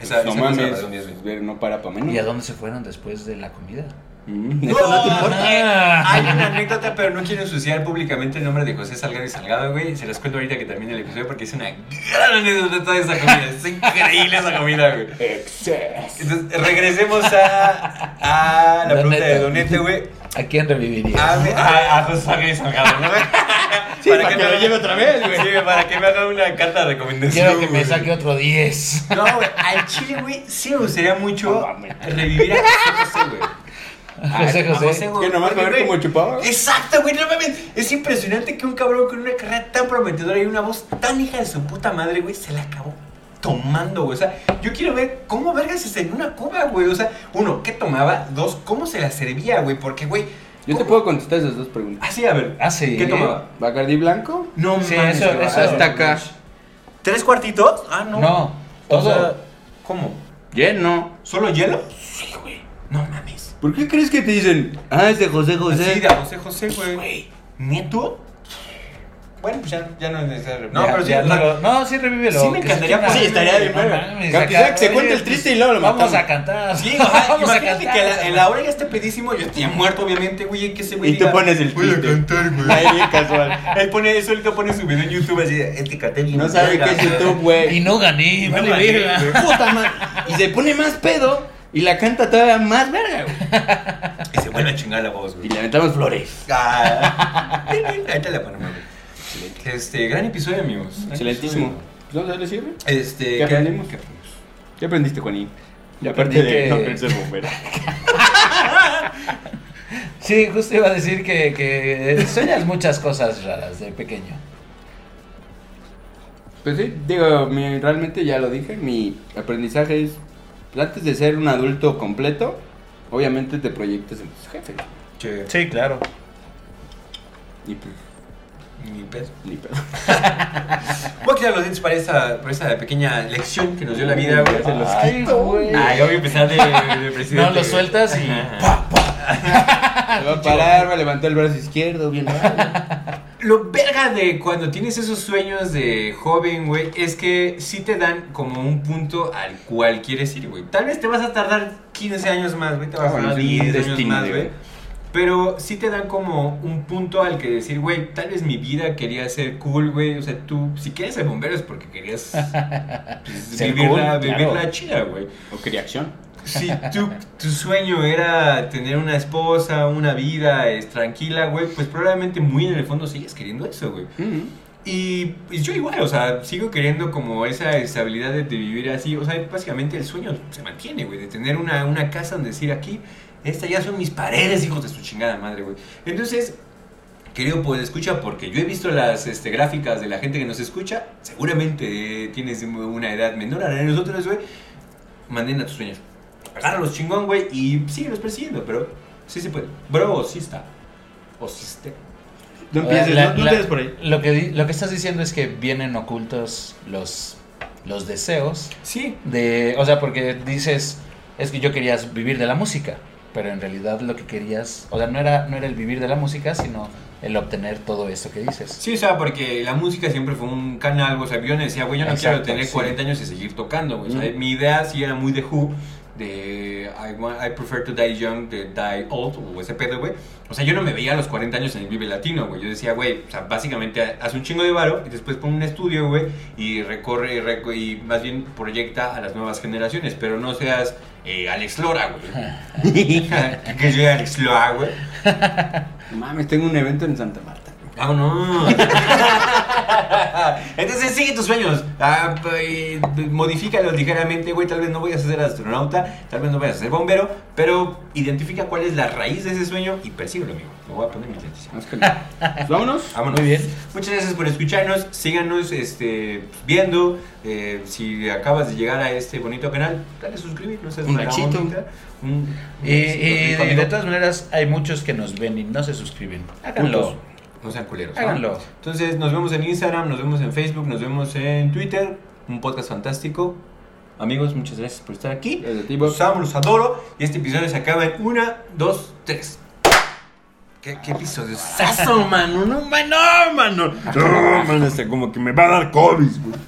Speaker 2: Esa,
Speaker 3: Pues, no
Speaker 2: esa cosa me
Speaker 3: mames,
Speaker 2: pasó con 10, güey.
Speaker 3: ver, no para pa' menos.
Speaker 1: ¿Y a dónde se fueron después de la comida?
Speaker 3: Mm, eso no te importa.
Speaker 2: porque Hay una anécdota, pero no quiero ensuciar públicamente el nombre de José Salgado y Salgado, güey. Se las cuento ahorita que termine el episodio porque es una gran anécdota de esa comida. Es increíble esa comida, güey. Entonces, regresemos a, a la pregunta de Donete, güey.
Speaker 1: ¿A quién revivirías?
Speaker 2: A, a- a José Salgado y Salgado, ¿no?
Speaker 3: Sí, para que
Speaker 2: me-
Speaker 3: lo lleve otra vez, güey.
Speaker 2: Sí, para que me haga una carta de recomendación.
Speaker 1: Quiero que me
Speaker 2: güey.
Speaker 1: saque otro 10.
Speaker 2: No, güey, al chile, güey, sí me gustaría
Speaker 3: No
Speaker 2: mucho
Speaker 3: mames.
Speaker 2: revivir a José, José, güey.
Speaker 1: José
Speaker 2: Ah, a
Speaker 1: José.
Speaker 2: güey.
Speaker 3: Que nomás
Speaker 2: Porque,
Speaker 3: para ver
Speaker 2: güey,
Speaker 3: cómo chupaba.
Speaker 2: Exacto, güey, no mames. Es impresionante que un cabrón con una carrera tan prometedora y una voz tan hija de su puta madre, güey, se la acabó tomando, güey. O sea, yo quiero ver cómo vergas se servía una copa, güey. O sea, uno, ¿qué tomaba? Dos, ¿cómo se la servía, güey? Porque, güey.
Speaker 3: Yo te
Speaker 2: ¿cómo-
Speaker 3: puedo contestar esas dos preguntas.
Speaker 2: Ah, sí, a ver.
Speaker 1: Ah, sí.
Speaker 2: ¿Qué tomaba?
Speaker 3: ¿Bacardí blanco?
Speaker 2: No
Speaker 1: Sí, eso-
Speaker 2: güey.
Speaker 1: eso-
Speaker 3: Hasta acá.
Speaker 2: ¿Tres cuartitos? Ah, no.
Speaker 1: No,
Speaker 2: O
Speaker 1: todo.
Speaker 2: sea, ¿cómo?
Speaker 3: Lleno.
Speaker 2: ¿Solo hielo? Sí, güey. No mames.
Speaker 3: ¿Por qué crees que te dicen, ah, este José José?
Speaker 2: Sí, de a José José, güey. ¿Neto? Bueno, pues ya, ya no es necesario. No,
Speaker 1: Ya,
Speaker 2: pero sí,
Speaker 1: ya,
Speaker 2: la-
Speaker 1: luego- no, sí, revívelo.
Speaker 2: Sí me encantaría
Speaker 1: que se-
Speaker 2: Sí, estaría
Speaker 3: bien,
Speaker 1: No
Speaker 3: verga.
Speaker 1: mames,
Speaker 3: Que
Speaker 1: acá,
Speaker 3: sea que se
Speaker 1: oye,
Speaker 3: cuente el triste y luego lo
Speaker 1: Vamos
Speaker 3: matamos.
Speaker 1: a cantar.
Speaker 2: Sí, ajá,
Speaker 1: vamos a
Speaker 2: imagínate que la-
Speaker 1: cantar.
Speaker 2: en la hora ya esté pedísimo, yo estoy muerto, obviamente, güey, que ese güey
Speaker 3: Y tú
Speaker 2: diga,
Speaker 3: pones el
Speaker 2: "Voy a
Speaker 3: triste".
Speaker 2: cantar, güey.
Speaker 3: Ahí bien casual.
Speaker 2: Él pone, él solito pone su video en YouTube así, de, este cartel bien
Speaker 3: No sabe qué
Speaker 2: verga,
Speaker 3: es YouTube, güey.
Speaker 1: Y no gané,
Speaker 2: Y no
Speaker 1: vale
Speaker 2: gané,
Speaker 1: verga.
Speaker 2: güey.
Speaker 3: Puta madre. Y se pone más pedo y la canta todavía más verga, güey.
Speaker 2: Y se vuelve a chingar la voz,
Speaker 3: Y
Speaker 2: güey.
Speaker 3: le aventamos flores.
Speaker 2: Ah. Ahí te la ponemos, güey. Este, gran episodio, amigos. Gran
Speaker 3: Excelentísimo.
Speaker 2: episodio.
Speaker 3: Pues vamos a darle cierre.
Speaker 2: Este,
Speaker 3: ¿Qué aprendimos?
Speaker 2: ¿qué-
Speaker 3: ¿Qué aprendiste, Juanín? Y
Speaker 1: Aprendí que-
Speaker 3: bombero.
Speaker 1: Sí, justo iba a decir que, que sueñas muchas cosas raras de pequeño.
Speaker 3: Pues sí, digo, mi- realmente ya lo dije, mi aprendizaje es, pues, antes de ser un adulto completo, obviamente te proyectas en tus jefes.
Speaker 2: che,
Speaker 1: Sí, claro.
Speaker 3: Y pues,
Speaker 2: Ni pedo.
Speaker 7: Ni pedo.
Speaker 2: Voy a quitar los dientes para esta, para esta pequeña lección que nos dio Pues la vida, güey.
Speaker 8: Se los
Speaker 1: Ay,
Speaker 8: quito,
Speaker 1: güey.
Speaker 8: güey.
Speaker 2: Ay, yo voy a empezar de, de presidente.
Speaker 1: No, lo
Speaker 2: güey.
Speaker 1: sueltas y
Speaker 2: Ajá.
Speaker 1: ¡pa, pa! Ah,
Speaker 7: Se va a parar, va a levantar el brazo izquierdo, bien raro.
Speaker 2: Lo verga de cuando tienes esos sueños de joven, güey, es que sí te dan como un punto al cual quieres ir, güey. Tal vez te vas a tardar 15 años más, güey, te vas a
Speaker 7: Ah, Bueno,
Speaker 2: tardar
Speaker 7: es un
Speaker 2: 10 años
Speaker 7: destino,
Speaker 2: más,
Speaker 7: güey.
Speaker 2: güey. Pero sí te dan como un punto al que decir, güey, tal vez mi vida quería ser cool, güey. O sea, tú, si quieres ser bombero es porque querías pues,
Speaker 1: Ser
Speaker 2: vivirla,
Speaker 1: cool,
Speaker 2: vivirla
Speaker 1: claro.
Speaker 2: chida, güey.
Speaker 3: ¿O quería acción?
Speaker 2: Si tu, tu sueño era tener una esposa, una vida eh, tranquila, güey, pues probablemente muy en el fondo sigues queriendo eso, güey.
Speaker 1: Mm.
Speaker 2: Y, y yo igual, o sea, sigo queriendo como esa estabilidad de, de vivir así. O sea, básicamente el sueño se mantiene, güey, de tener una, una casa donde decir aquí, estas ya son mis paredes, hijos de su chingada madre, güey. Entonces, querido, pues escucha, porque yo he visto las este, gráficas de la gente que nos escucha, seguramente eh, tienes una edad menor a la de nosotros, güey. Manden a tus sueños. Agárralos chingón, güey, y síguelos persiguiendo, pero sí se puede. Bro, sí está. O sí está.
Speaker 7: No empieces,
Speaker 1: La-
Speaker 7: no, tú
Speaker 1: la-
Speaker 7: te des por ahí.
Speaker 1: Lo que, di- lo que estás diciendo es que vienen ocultos los, los deseos
Speaker 2: Sí,
Speaker 1: de... O sea, porque dices, es que yo quería vivir de la música, pero en realidad lo que querías... O sea, no era, no era el vivir de la música, sino el obtener todo esto que dices.
Speaker 2: Sí, o sea, porque la música siempre fue un canal, o sea, yo decía, güey, yo no
Speaker 1: Exacto,
Speaker 2: quiero tener
Speaker 1: sí.
Speaker 2: 40 años y seguir tocando, güey. O sea,
Speaker 7: Mm.
Speaker 2: mi idea sí era muy de Who, de I, want- I prefer to die young, de die old, o ese pedo, güey. O sea, yo no me veía a los 40 años en el Vive Latino, güey. Yo decía, güey, o sea, básicamente haz un chingo de varo y después pon un estudio, güey, y recorre, y reco- y más bien proyecta a las nuevas generaciones, pero no seas eh, Alex Lora, güey. que yo era Alex Lora, güey.
Speaker 3: No mames, tengo un evento en Santa Marta.
Speaker 2: Vámonos. Entonces sigue tus sueños. Ah, p- eh, modifícalos ligeramente, güey. Tal vez no vayas a ser astronauta, tal vez no vayas a ser bombero, pero identifica cuál es la raíz de ese sueño y persíguelo, amigo. Me voy a poner mi lentes.
Speaker 3: Pues vámonos.
Speaker 2: Vámonos.
Speaker 1: Muy bien.
Speaker 2: Muchas gracias por escucharnos. Síganos este, viendo. Eh, si acabas de llegar a este bonito canal, dale suscribir. No seas
Speaker 3: Un
Speaker 2: mala
Speaker 3: likecito.
Speaker 2: ondita. Un-
Speaker 1: Y, y
Speaker 2: rico,
Speaker 1: Eh, de,
Speaker 2: amigo.
Speaker 1: de todas maneras, hay muchos que nos ven y no se suscriben. Háganlo.
Speaker 2: Putos. No sean culeros. ¿no?
Speaker 1: Háganlo.
Speaker 2: Entonces, nos vemos en Instagram, nos vemos en Facebook, nos vemos en Twitter. Un podcast fantástico. Amigos, muchas gracias por estar aquí.
Speaker 3: Gracias a ti, Bob.
Speaker 2: Los amo, los adoro. Y este episodio se acaba en una, dos, tres. ¿Qué, qué episodio?
Speaker 3: Sazo, mano, no, mano, mano. No, mano, hasta como que me va a dar COVID, güey.